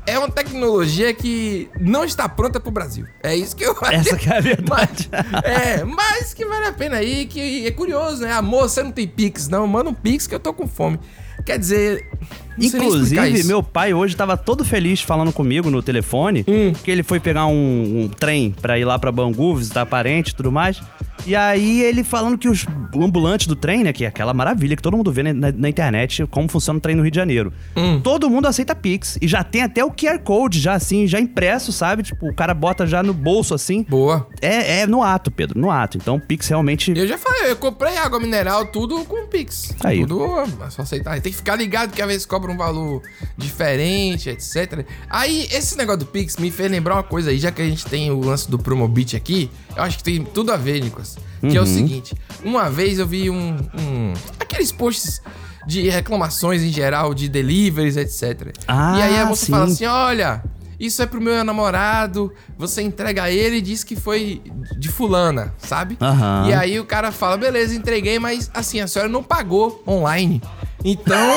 S3: É uma tecnologia que não está pronta pro Brasil. É isso que eu acho.
S2: Essa que é a verdade.
S3: É, mas que vale a pena aí, que é curioso, né? Amor, você não tem Pix, não. Manda um Pix que eu tô com fome. Quer dizer. não sei nem explicar
S2: Inclusive,
S3: isso.
S2: meu pai hoje tava todo feliz falando comigo no telefone
S3: Hum.
S2: que ele foi pegar um, um trem pra ir lá pra Bangu, visitar parente e tudo mais. E aí ele falando que os ambulantes do trem, né, que é aquela maravilha que todo mundo vê na, na- na internet como funciona o trem no Rio de Janeiro.
S3: Hum.
S2: Todo mundo aceita Pix e já tem até o QR Code já assim, já impresso, sabe? Tipo, o cara bota já no bolso assim.
S3: Boa.
S2: É, é no ato, Pedro, no ato. Então, Pix realmente
S3: Eu já falei, eu comprei água mineral, tudo com Pix.
S2: Aí.
S3: Tudo é só aceitar. Tem que ficar ligado que às vezes cobra um valor diferente, etc. Aí, esse negócio do Pix me fez lembrar uma coisa aí, já que a gente tem o lance do Promobit aqui, eu acho que tem tudo a ver, Nicolas. Que é o
S18: Uhum.
S3: seguinte: uma vez eu vi um. um- aqueles posts de reclamações em geral, de deliveries, etc.
S18: Ah,
S3: e aí a moça
S18: sim.
S3: fala assim: olha, isso é pro meu namorado, você entrega ele e diz que foi de fulana, sabe?
S2: Aham.
S3: E aí o cara fala, beleza, entreguei, mas assim, a senhora não pagou online. Então,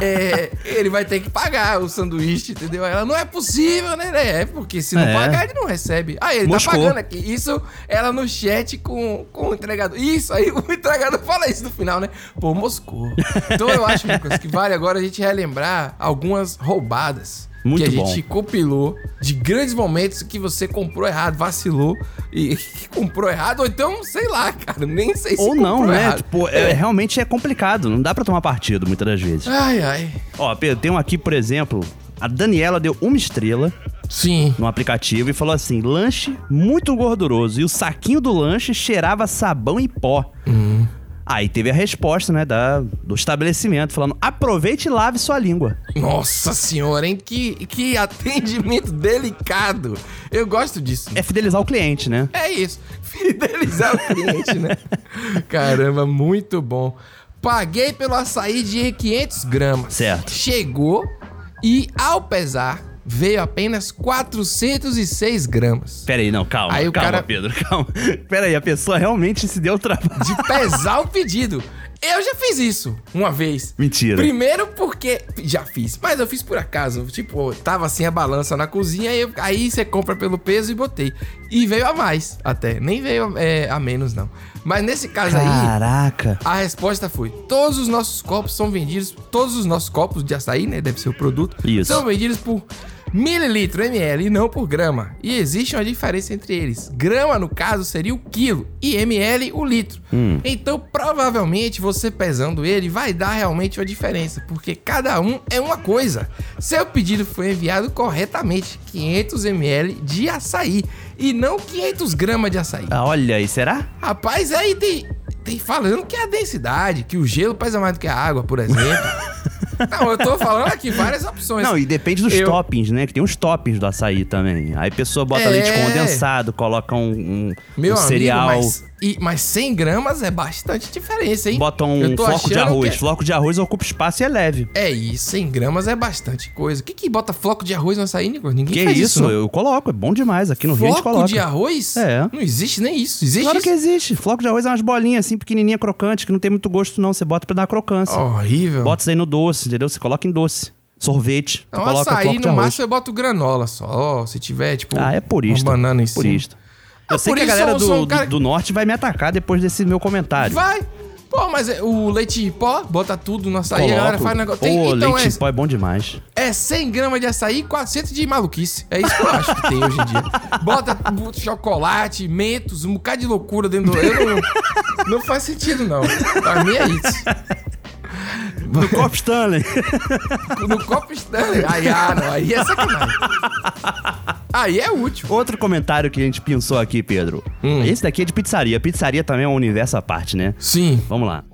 S3: é, ele vai ter que pagar o sanduíche, entendeu? Ela, não é possível, né? né? É, porque se não
S2: É.
S3: pagar, ele não recebe. Ah, ele
S2: Moscou.
S3: tá pagando aqui. Isso, ela no chat com, com o entregador. Isso, aí o entregador fala isso no final, né? Pô, Moscou. Então eu acho, Nicolas, que vale agora a gente relembrar algumas roubadas.
S2: Muito
S3: que a
S2: bom.
S3: gente compilou de grandes momentos que você comprou errado, vacilou e que comprou errado, ou então, sei lá, cara, nem sei se
S2: Ou não,
S3: comprou
S2: né?
S3: errado.
S2: Tipo, é- realmente é complicado. Não dá pra tomar partido muitas das vezes.
S3: Ai, ai.
S2: Ó, Pedro, tem um aqui, por exemplo. A Daniela deu uma estrela.
S3: Sim.
S2: No aplicativo e falou assim:
S3: Uhum.
S2: lanche muito gorduroso. E o saquinho do lanche cheirava a sabão e pó. Aí teve a resposta, né, da, do estabelecimento, falando: aproveite e lave sua língua.
S3: Nossa senhora, hein? Que, que atendimento delicado. Eu gosto disso.
S2: É fidelizar o cliente, né?
S3: É isso. Fidelizar o cliente, né? Caramba, muito bom. Paguei pelo açaí de 500 gramas.
S2: Certo.
S3: Chegou e, ao pesar, veio apenas 406 gramas.
S2: Peraí, não, calma,
S3: Aí o
S2: calma,
S3: cara-
S2: Pedro, calma. Peraí, a pessoa realmente se deu o trabalho.
S3: De pesar o pedido. Eu já fiz isso uma vez.
S2: Mentira.
S3: Primeiro porque já fiz, mas eu fiz por acaso. Tipo, tava assim a balança na cozinha, aí eu- aí você compra pelo peso e botei. E veio a mais, até. Nem veio é, a menos, não. Mas nesse caso aí,
S2: Caraca.
S3: a resposta foi: todos os nossos copos são vendidos, todos os nossos copos de açaí, né? Deve ser o produto,
S2: Isso.
S3: são vendidos por mililitro, ml, e não por grama. E existe uma diferença entre eles. Grama, no caso, seria o quilo e ml o litro.
S2: Hum.
S3: Então, provavelmente, você pesando ele vai dar realmente uma diferença, porque cada um é uma coisa. Seu pedido foi enviado corretamente, 500 ml de açaí e não 500 gramas de açaí.
S2: Ah, olha aí, será?
S3: Rapaz, aí tem, tem falando que é a densidade, que o gelo pesa mais do que a água, por exemplo. Não, eu tô falando aqui várias opções.
S2: Não, e depende dos
S3: Eu-
S2: toppings, né? Que tem uns toppings do açaí também. Aí a pessoa bota
S3: É.
S2: leite condensado, coloca um, um,
S3: Meu
S2: um
S3: amigo,
S2: cereal,
S3: Mas, e, mas 100 gramas é bastante diferença, hein?
S2: bota um
S3: Eu tô
S2: floco de
S3: achando
S2: arroz.
S3: que
S2: Floco de arroz ocupa espaço e é leve.
S3: É é isso, 100 gramas é bastante coisa. O que que bota floco de arroz no açaí, Nicolas? Ninguém
S2: Que
S3: faz
S2: isso?
S3: isso, não.
S2: eu coloco, é bom demais. Aqui no Rio a gente
S3: Floco
S2: coloca.
S3: de arroz?
S2: É.
S3: Não existe nem isso. Existe
S2: claro
S3: isso?
S2: que existe. Floco de arroz é umas bolinhas assim, pequenininha, crocante, que não tem muito gosto não. Você bota pra dar crocância.
S3: Horrível.
S2: Bota isso aí no doce, entendeu? Você coloca em doce. Sorvete.
S3: Então,
S2: coloca
S3: açaí,
S2: floco de
S3: no
S2: arroz.
S3: máximo, eu boto granola só. Se tiver, tipo,
S2: Ah, é purista.
S3: uma banana em cima.
S2: Purista. Eu
S3: Ah,
S2: sei
S3: por
S2: que a
S3: isso
S2: galera
S3: eu
S2: do,
S3: sou um
S2: do-
S3: cara que-
S2: do norte vai me atacar depois desse meu comentário.
S3: Vai. Pô, mas é- o leite em pó, bota tudo no açaí, a galera
S2: Coloco.
S3: faz negócio.
S2: Pô,
S3: Tem, então
S2: leite
S3: é,
S2: em pó é bom demais.
S3: é 100 gramas de açaí e 400 de maluquice. É isso que eu acho que tem hoje em dia. Bota bu- chocolate, mentos, um bocado de loucura dentro do... Eu não, não faz sentido, não. Pra mim é isso.
S2: No copo Stanley.
S3: No copo Stanley. Aí, ah, não, aí é sacanagem. Aí é útil.
S2: Outro comentário que a gente pensou aqui, Pedro.
S3: Hum.
S2: Esse daqui é de pizzaria. Pizzaria também é um universo à parte, né?
S3: Sim.
S2: Vamos lá.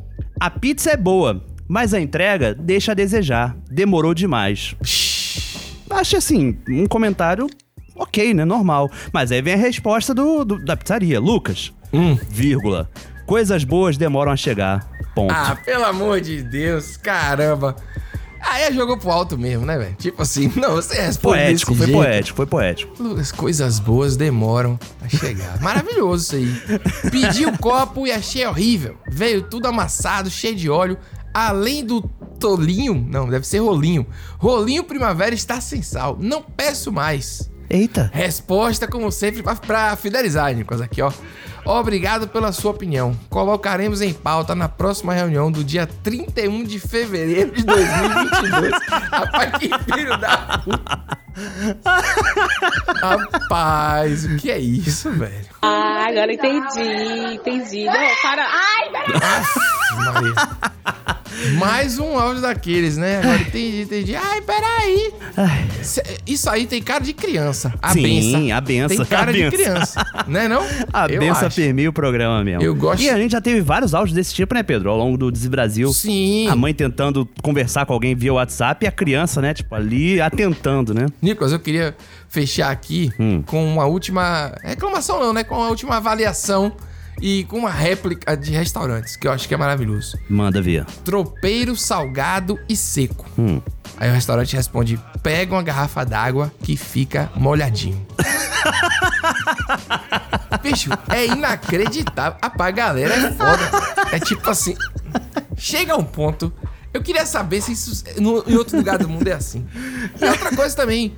S2: A pizza é boa, mas a entrega deixa a desejar. Demorou demais. Acho assim, um comentário ok, né? Normal. Mas aí vem a resposta do, do- da pizzaria. Lucas, vírgula. Coisas boas demoram a chegar. Ponto.
S3: Ah, pelo amor de Deus, caramba. Aí jogou pro alto mesmo, né, velho? Tipo assim, não, você responde
S2: poético,
S3: desse
S2: foi
S3: jeito.
S2: poético, foi poético.
S3: As coisas boas demoram a chegar. Maravilhoso isso aí. Pedi o copo e achei horrível. Veio tudo amassado, cheio de óleo. Além do tolinho, não, deve ser rolinho. Rolinho primavera está sem sal. Não peço mais.
S2: Eita.
S3: Resposta, como sempre, pra- pra fidelizar, Nicolas, aqui, ó. Obrigado pela sua opinião. Colocaremos em pauta na próxima reunião do dia 31 de fevereiro de 2022. Rapaz, que filho da puta. Rapaz, o que é isso, velho?
S18: Ah, agora entendi, entendi. Não, para. Ai,
S3: Maria. Mais um áudio daqueles, né? Agora entendi, entendi. Ai, peraí. Cê- Isso aí tem cara de criança. A
S2: Sim,
S3: benção.
S2: a benção,
S3: Tem cara
S2: a
S3: de
S2: benção.
S3: criança. Né, não?
S2: Tá A
S3: Eu
S2: benção
S3: acho.
S2: permeia o programa mesmo.
S3: Eu gosto-
S2: E a gente já teve vários áudios desse tipo, né, Pedro? Ao longo do Desi Brasil.
S3: Sim.
S2: A mãe tentando conversar com alguém via WhatsApp e a criança, né, tipo, ali atentando, né?
S3: Nicolas, eu queria fechar aqui com uma última reclamação não, né? Com a última avaliação e com uma réplica de restaurantes, que eu acho que é maravilhoso.
S2: Manda ver.
S3: Tropeiro salgado e seco.
S2: Hum.
S3: Aí o restaurante responde: pega uma garrafa d'água que fica molhadinho. Bicho, é inacreditável. Ah, pra galera é foda. É tipo assim. Chega a um ponto. Eu queria saber se isso no- em outro lugar do mundo é assim. E outra coisa também.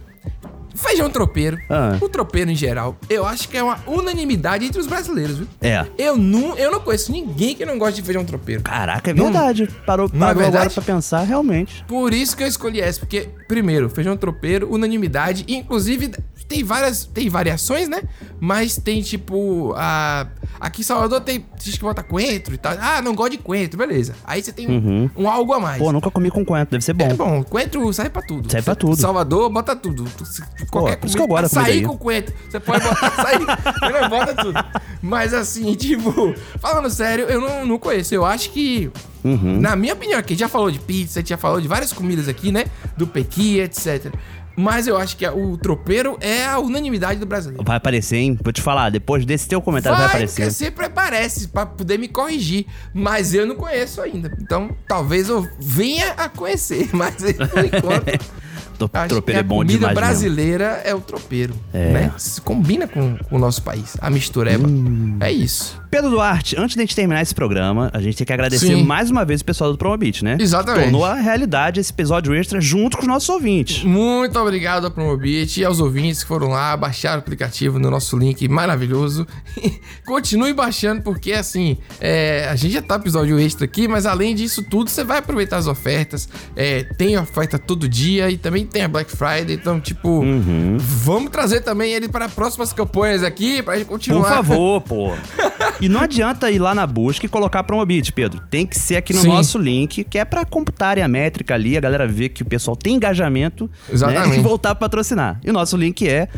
S3: Feijão tropeiro.
S2: Ah.
S3: O tropeiro em geral. Eu acho que é uma unanimidade entre os brasileiros, viu?
S2: É.
S3: Eu não, eu não conheço ninguém que não gosta de feijão tropeiro.
S2: Caraca, é
S3: Não-
S2: verdade. Parou,
S3: Não é
S2: parou agora
S3: verdade?
S2: pra pensar, realmente.
S3: Por isso que eu escolhi essa, porque, primeiro, feijão tropeiro, unanimidade, e, inclusive tem várias, tem variações, né? Mas tem tipo, a... aqui em Salvador tem gente que bota coentro e tal. Ah, não gosto de coentro, beleza. Aí você tem um-
S2: Uhum.
S3: um, algo a mais.
S2: Pô, nunca comi com coentro, deve ser bom.
S3: É bom, É coentro serve pra tudo.
S2: Serve pra tudo.
S3: Salvador bota tudo. Tu- se- Qualquer
S2: por isso que eu gosto da
S3: Açaí
S2: comida aí.
S3: com coentro. Você pode botar açaí, você bota tudo. Mas assim, tipo, falando sério, eu não, não conheço. Eu acho que,
S2: Uhum.
S3: na minha opinião, aqui já falou de pizza, a gente já falou de várias comidas aqui, né? Do pequi, etc. Mas eu acho que o tropeiro é a unanimidade do brasileiro.
S2: Vai aparecer, hein? Vou te falar, depois desse teu comentário vai,
S3: porque
S2: aparecer.
S3: sempre aparece pra poder me corrigir. Mas eu não conheço ainda. Então, talvez eu venha a conhecer. Mas por enquanto,
S2: Tô-
S3: acho
S2: Tropeiro
S3: que
S2: é bom
S3: a comida
S2: demais mesmo.
S3: brasileira é o tropeiro.
S2: É.
S3: né? Se combina com, com o nosso país. A mistureba.
S2: Hum.
S3: É isso.
S2: Pedro Duarte, antes da gente terminar esse programa, a gente tem que agradecer
S3: Sim.
S2: mais uma vez o pessoal do Promobit, né?
S3: Exatamente.
S2: Que tornou a realidade esse episódio extra junto com os nossos ouvintes.
S3: Muito obrigado ao Promobit e aos ouvintes que foram lá, baixaram o aplicativo no nosso link maravilhoso. Continue baixando, porque assim, é, a gente já tá episódio extra aqui, mas além disso tudo, você vai aproveitar as ofertas. É, tem oferta todo dia e também tem a Black Friday, então, tipo,
S2: Uhum.
S3: vamos trazer também ele para próximas campanhas aqui, pra gente continuar.
S2: Por favor, pô. E não adianta ir lá na busca e colocar Promobit, Pedro. Tem que ser aqui no
S3: Sim.
S2: nosso link, que é pra computarem a métrica ali, a galera ver que o pessoal tem engajamento né,
S3: Exatamente.
S2: e voltar a patrocinar. E o nosso link é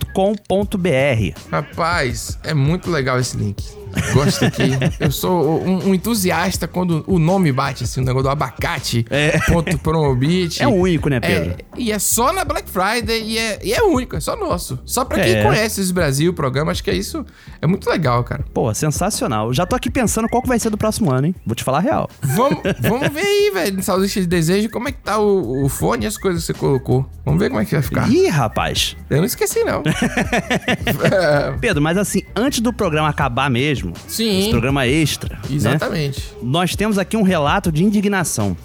S2: abacate.promobit.com.br.
S3: Rapaz, é muito legal esse link. Gosto aqui. Eu sou um, um entusiasta quando o nome bate, assim, o negócio do abacate. Ponto promobit.
S2: É único, né, Pedro?
S3: É, e é só na Black Friday e é, e é único, é só nosso. Só pra quem
S2: É.
S3: conhece esse Brasil, o programa, acho que é isso. É muito legal, cara.
S2: Pô, sensacional. Já tô aqui pensando qual que vai ser do próximo ano, hein? Vou te falar a real.
S3: Vamos, vamos ver aí, velho, nessa lista de desejo, como é que tá o, o fone e as coisas que você colocou. Vamos ver como é que vai ficar.
S2: Ih, rapaz.
S3: Eu não esqueci, não. É.
S2: Pedro, mas assim, antes do programa acabar mesmo,
S3: Sim.
S2: esse programa extra, né?
S3: Exatamente.
S2: nós temos aqui um relato de indignação,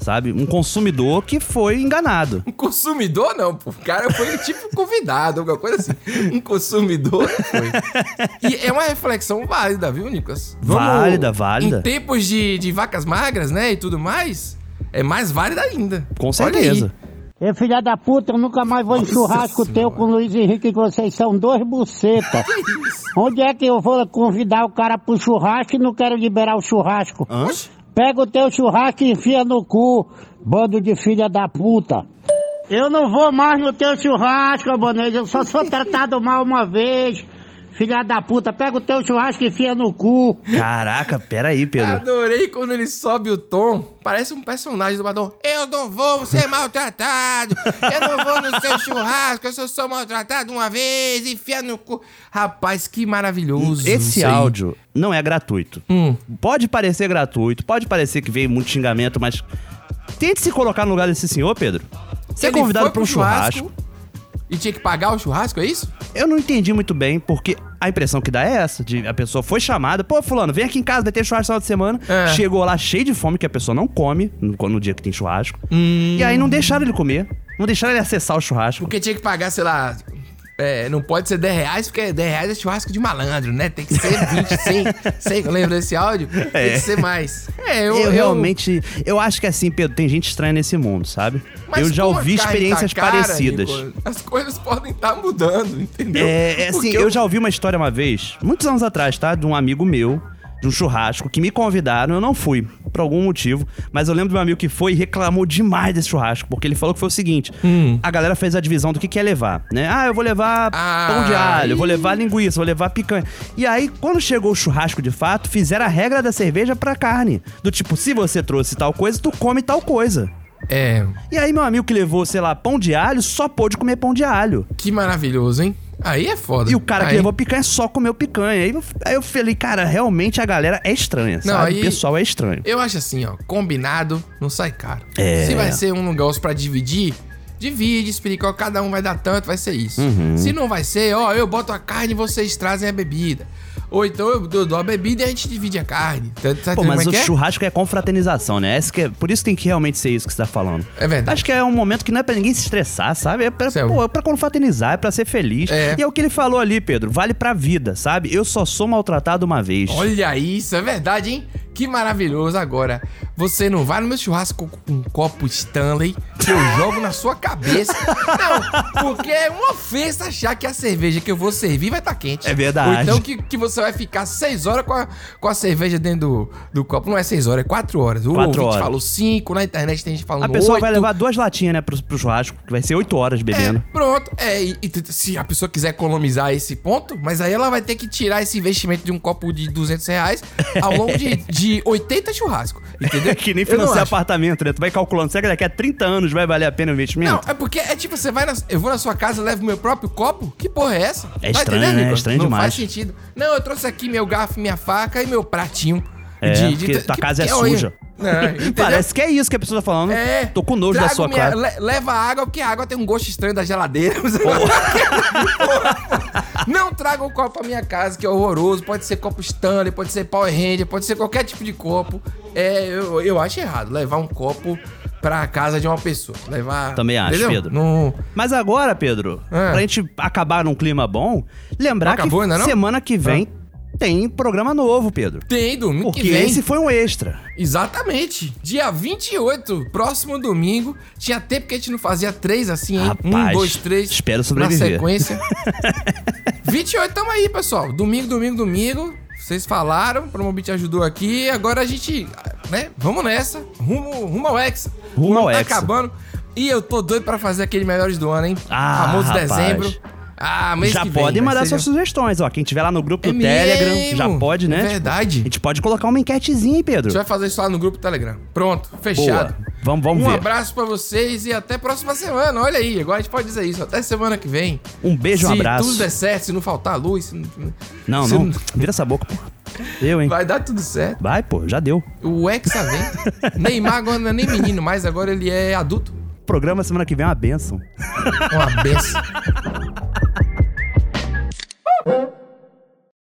S2: sabe? Um consumidor que foi enganado.
S3: Um consumidor, não, pô. O cara foi tipo convidado, alguma coisa assim. Um consumidor foi. E é uma reflexão válida, viu, Nicolas?
S2: Válida,
S3: Em
S2: válida.
S3: tempos de, de vacas magras, né, e tudo mais, é mais válida ainda.
S2: Com
S3: Olha aí.
S2: certeza.
S19: Ei, filha da puta, eu nunca mais vou em churrasco teu com o Luiz Henrique, que vocês são dois buceta. Onde é que eu vou convidar o cara pro churrasco e não quero liberar o churrasco? Pega o teu churrasco e enfia no cu, bando de filha da puta. Eu não vou mais no teu churrasco, Abonês, eu só sou tratado mal uma vez. Filha da puta, pega o teu churrasco e enfia no cu.
S2: Caraca, peraí, Pedro.
S3: Adorei quando ele sobe o tom. Parece um personagem do Badon. Eu não vou ser maltratado. Eu não vou no seu churrasco. Eu só sou maltratado uma vez. Enfia no cu. Rapaz, que maravilhoso.
S2: Esse
S3: isso aí.
S2: áudio não é gratuito.
S3: Hum.
S2: Pode parecer gratuito, pode parecer que veio muito xingamento, mas tente se colocar no lugar desse senhor, Pedro. Você é
S3: Ele
S2: convidado
S3: foi
S2: para um
S3: pro churrasco
S2: churrasco.
S3: E tinha que pagar o churrasco, é isso?
S2: Eu não entendi muito bem, porque a impressão que dá é essa: de a pessoa foi chamada, pô, fulano, vem aqui em casa, vai ter churrasco no final de semana. Chegou lá cheio de fome, que a pessoa não come no, no dia que tem churrasco. E aí não deixaram ele comer, não deixaram ele acessar o churrasco.
S3: Porque tinha que pagar, sei lá. é, não pode ser 10 reais, porque 10 reais é churrasco de malandro, né? Tem que ser 20, 100. 100 lembra desse áudio? Tem que
S2: É.
S3: ser mais. É,
S2: eu, realmente. Eu acho que assim, Pedro, tem gente estranha nesse mundo, sabe?
S3: Mas
S2: eu já
S3: como a
S2: ouvi
S3: carne tá
S2: experiências
S3: cara,
S2: parecidas.
S3: Nico, as coisas podem estar mudando, entendeu?
S2: É, é assim,
S3: Porque
S2: eu... já ouvi uma história uma vez, muitos anos atrás, tá? De um amigo meu, de um churrasco, que me convidaram, eu não fui, por algum motivo, mas eu lembro de um amigo que foi e reclamou demais desse churrasco, porque ele falou que foi o seguinte: a galera fez a divisão do que quer levar, né? Ah, eu vou levar pão de alho, eu vou levar linguiça, eu vou levar picanha. E aí, quando chegou o churrasco de fato, fizeram a regra da cerveja pra carne. Do tipo, se você trouxe tal coisa, tu come tal coisa.
S3: É.
S2: E aí, meu amigo que levou, sei lá, pão de alho, só pôde comer pão de alho.
S3: Que maravilhoso, hein? Aí é foda.
S2: E o cara
S3: Aí-
S2: que levou picanha só comeu picanha. Aí eu, aí eu falei, cara, realmente a galera é estranha, sabe?
S3: aí-
S2: O pessoal é estranho.
S3: Eu acho assim, ó, combinado não sai caro.
S2: É.
S3: Se vai ser um negócio pra dividir, divide, explica, ó, cada um vai dar tanto, vai ser isso.
S2: Uhum.
S3: Se não vai ser, ó, eu boto a carne e vocês trazem a bebida. Ou então eu dou dou a bebida e a gente divide a carne. Tá- tá
S2: Pô,
S3: entendendo
S2: mas
S3: como
S2: o
S3: é que é?
S2: churrasco é confraternização, né? Esse que é- por isso tem que realmente ser isso que você tá falando.
S3: É verdade. um
S2: Acho que é um momento que não é pra ninguém se estressar, sabe? É pra, pô, é pra confraternizar, é pra ser feliz.
S3: É.
S2: E é o que ele falou ali, Pedro. Vale pra vida, sabe? Eu só sou maltratado uma vez.
S3: Olha isso, é verdade, hein? Que maravilhoso agora. Você não vai no meu churrasco com um copo Stanley que eu jogo na sua cabeça. Não, porque é uma ofensa achar que a cerveja que eu vou servir vai estar quente.
S2: É verdade.
S3: Ou então que, que você vai ficar seis horas com a, com a cerveja dentro do, do copo. Não é seis horas, é quatro horas. O
S2: Quatro
S3: ouvinte
S2: horas.
S3: falou cinco, na internet tem gente falando
S2: A pessoa
S3: oito.
S2: vai levar duas latinhas, né, pro, pro churrasco, que vai ser oito horas bebendo.
S3: Pronto, é, e, e t- se a pessoa quiser economizar esse ponto, mas aí ela vai ter que tirar esse investimento de um copo de 200 reais ao longo de, de 80 churrascos, entendeu?
S2: que nem
S3: É. Eu não
S2: financiar
S3: acho.
S2: apartamento, né? Tu vai calculando, será que daqui a 30 anos vai valer a pena o investimento?
S3: Não, é porque é tipo, você vai na, eu vou na sua casa, levo meu próprio copo? Que porra é essa?
S2: É estranho, né? É
S3: Nicolas?
S2: estranho
S3: não
S2: demais.
S3: faz sentido. Não, eu trouxe aqui meu garfo, minha faca e meu pratinho.
S2: É, porque tua casa é
S3: olha.
S2: suja.
S3: É, entendeu?
S2: Parece que é isso que a pessoa tá falando.
S3: É.
S2: Tô com nojo da
S3: Trago
S2: sua
S3: minha-
S2: casa.
S3: le- leva água, porque a água tem um gosto estranho da geladeira. não traga um copo pra minha casa, que é horroroso. Pode ser copo Stanley, pode ser Power Ranger, pode ser qualquer tipo de copo. É, eu, eu acho errado levar um copo pra casa de uma pessoa. Levar.
S2: Também acho,
S3: entendeu?
S2: Pedro.
S3: Não-
S2: Mas agora, Pedro, pra gente acabar num clima bom, lembrar
S3: Ah. Acabou
S2: que
S3: ainda não?
S2: semana que vem tem programa novo, Pedro.
S3: Tem, domingo
S2: Porque
S3: que vem.
S2: esse foi um extra.
S3: Exatamente. Dia 28, próximo domingo. Tinha tempo que a gente não fazia três assim, hein? um,
S2: Rapaz,
S3: dois, três.
S2: espero
S3: Na
S2: sobreviver.
S3: sequência. 28, tamo aí, pessoal. Domingo, domingo, domingo. Vocês falaram, o Promobit ajudou aqui. Agora a gente, né? Vamos nessa. Rumo, rumo ao Hexa.
S2: Rumo
S3: O ano
S2: ao
S3: tá
S2: Hexa.
S3: acabando. E eu tô doido pra fazer aquele Melhores do Ano, hein?
S2: Ah,
S3: Famoso
S2: rapaz.
S3: dezembro. Ah, mês
S2: já
S3: que vem,
S2: podem
S3: vai
S2: mandar
S3: ser
S2: suas
S3: já-
S2: sugestões, ó. Quem tiver lá no grupo
S3: É
S2: do Telegram,
S3: mesmo? É
S2: já pode, né? Tipo,
S3: Verdade.
S2: a gente pode colocar uma enquetezinha, hein, Pedro?
S3: A gente vai fazer isso lá no grupo do Telegram. Pronto, fechado.
S2: Boa. Vamos, vamos
S3: um
S2: ver.
S3: abraço pra vocês e até a próxima semana. Olha aí, agora a gente pode dizer isso. Até semana que vem.
S2: Um beijo, um
S3: se
S2: abraço.
S3: tudo der certo, se não faltar luz. se não-
S2: Não,
S3: se
S2: não. Vira essa boca, pô. Deu, hein?
S3: Vai dar tudo certo.
S2: Vai, pô, já deu.
S3: O Hexa vem. Neymar agora não é nem menino mais, agora ele é adulto.
S2: Programa semana que vem é uma benção.
S3: Uma benção.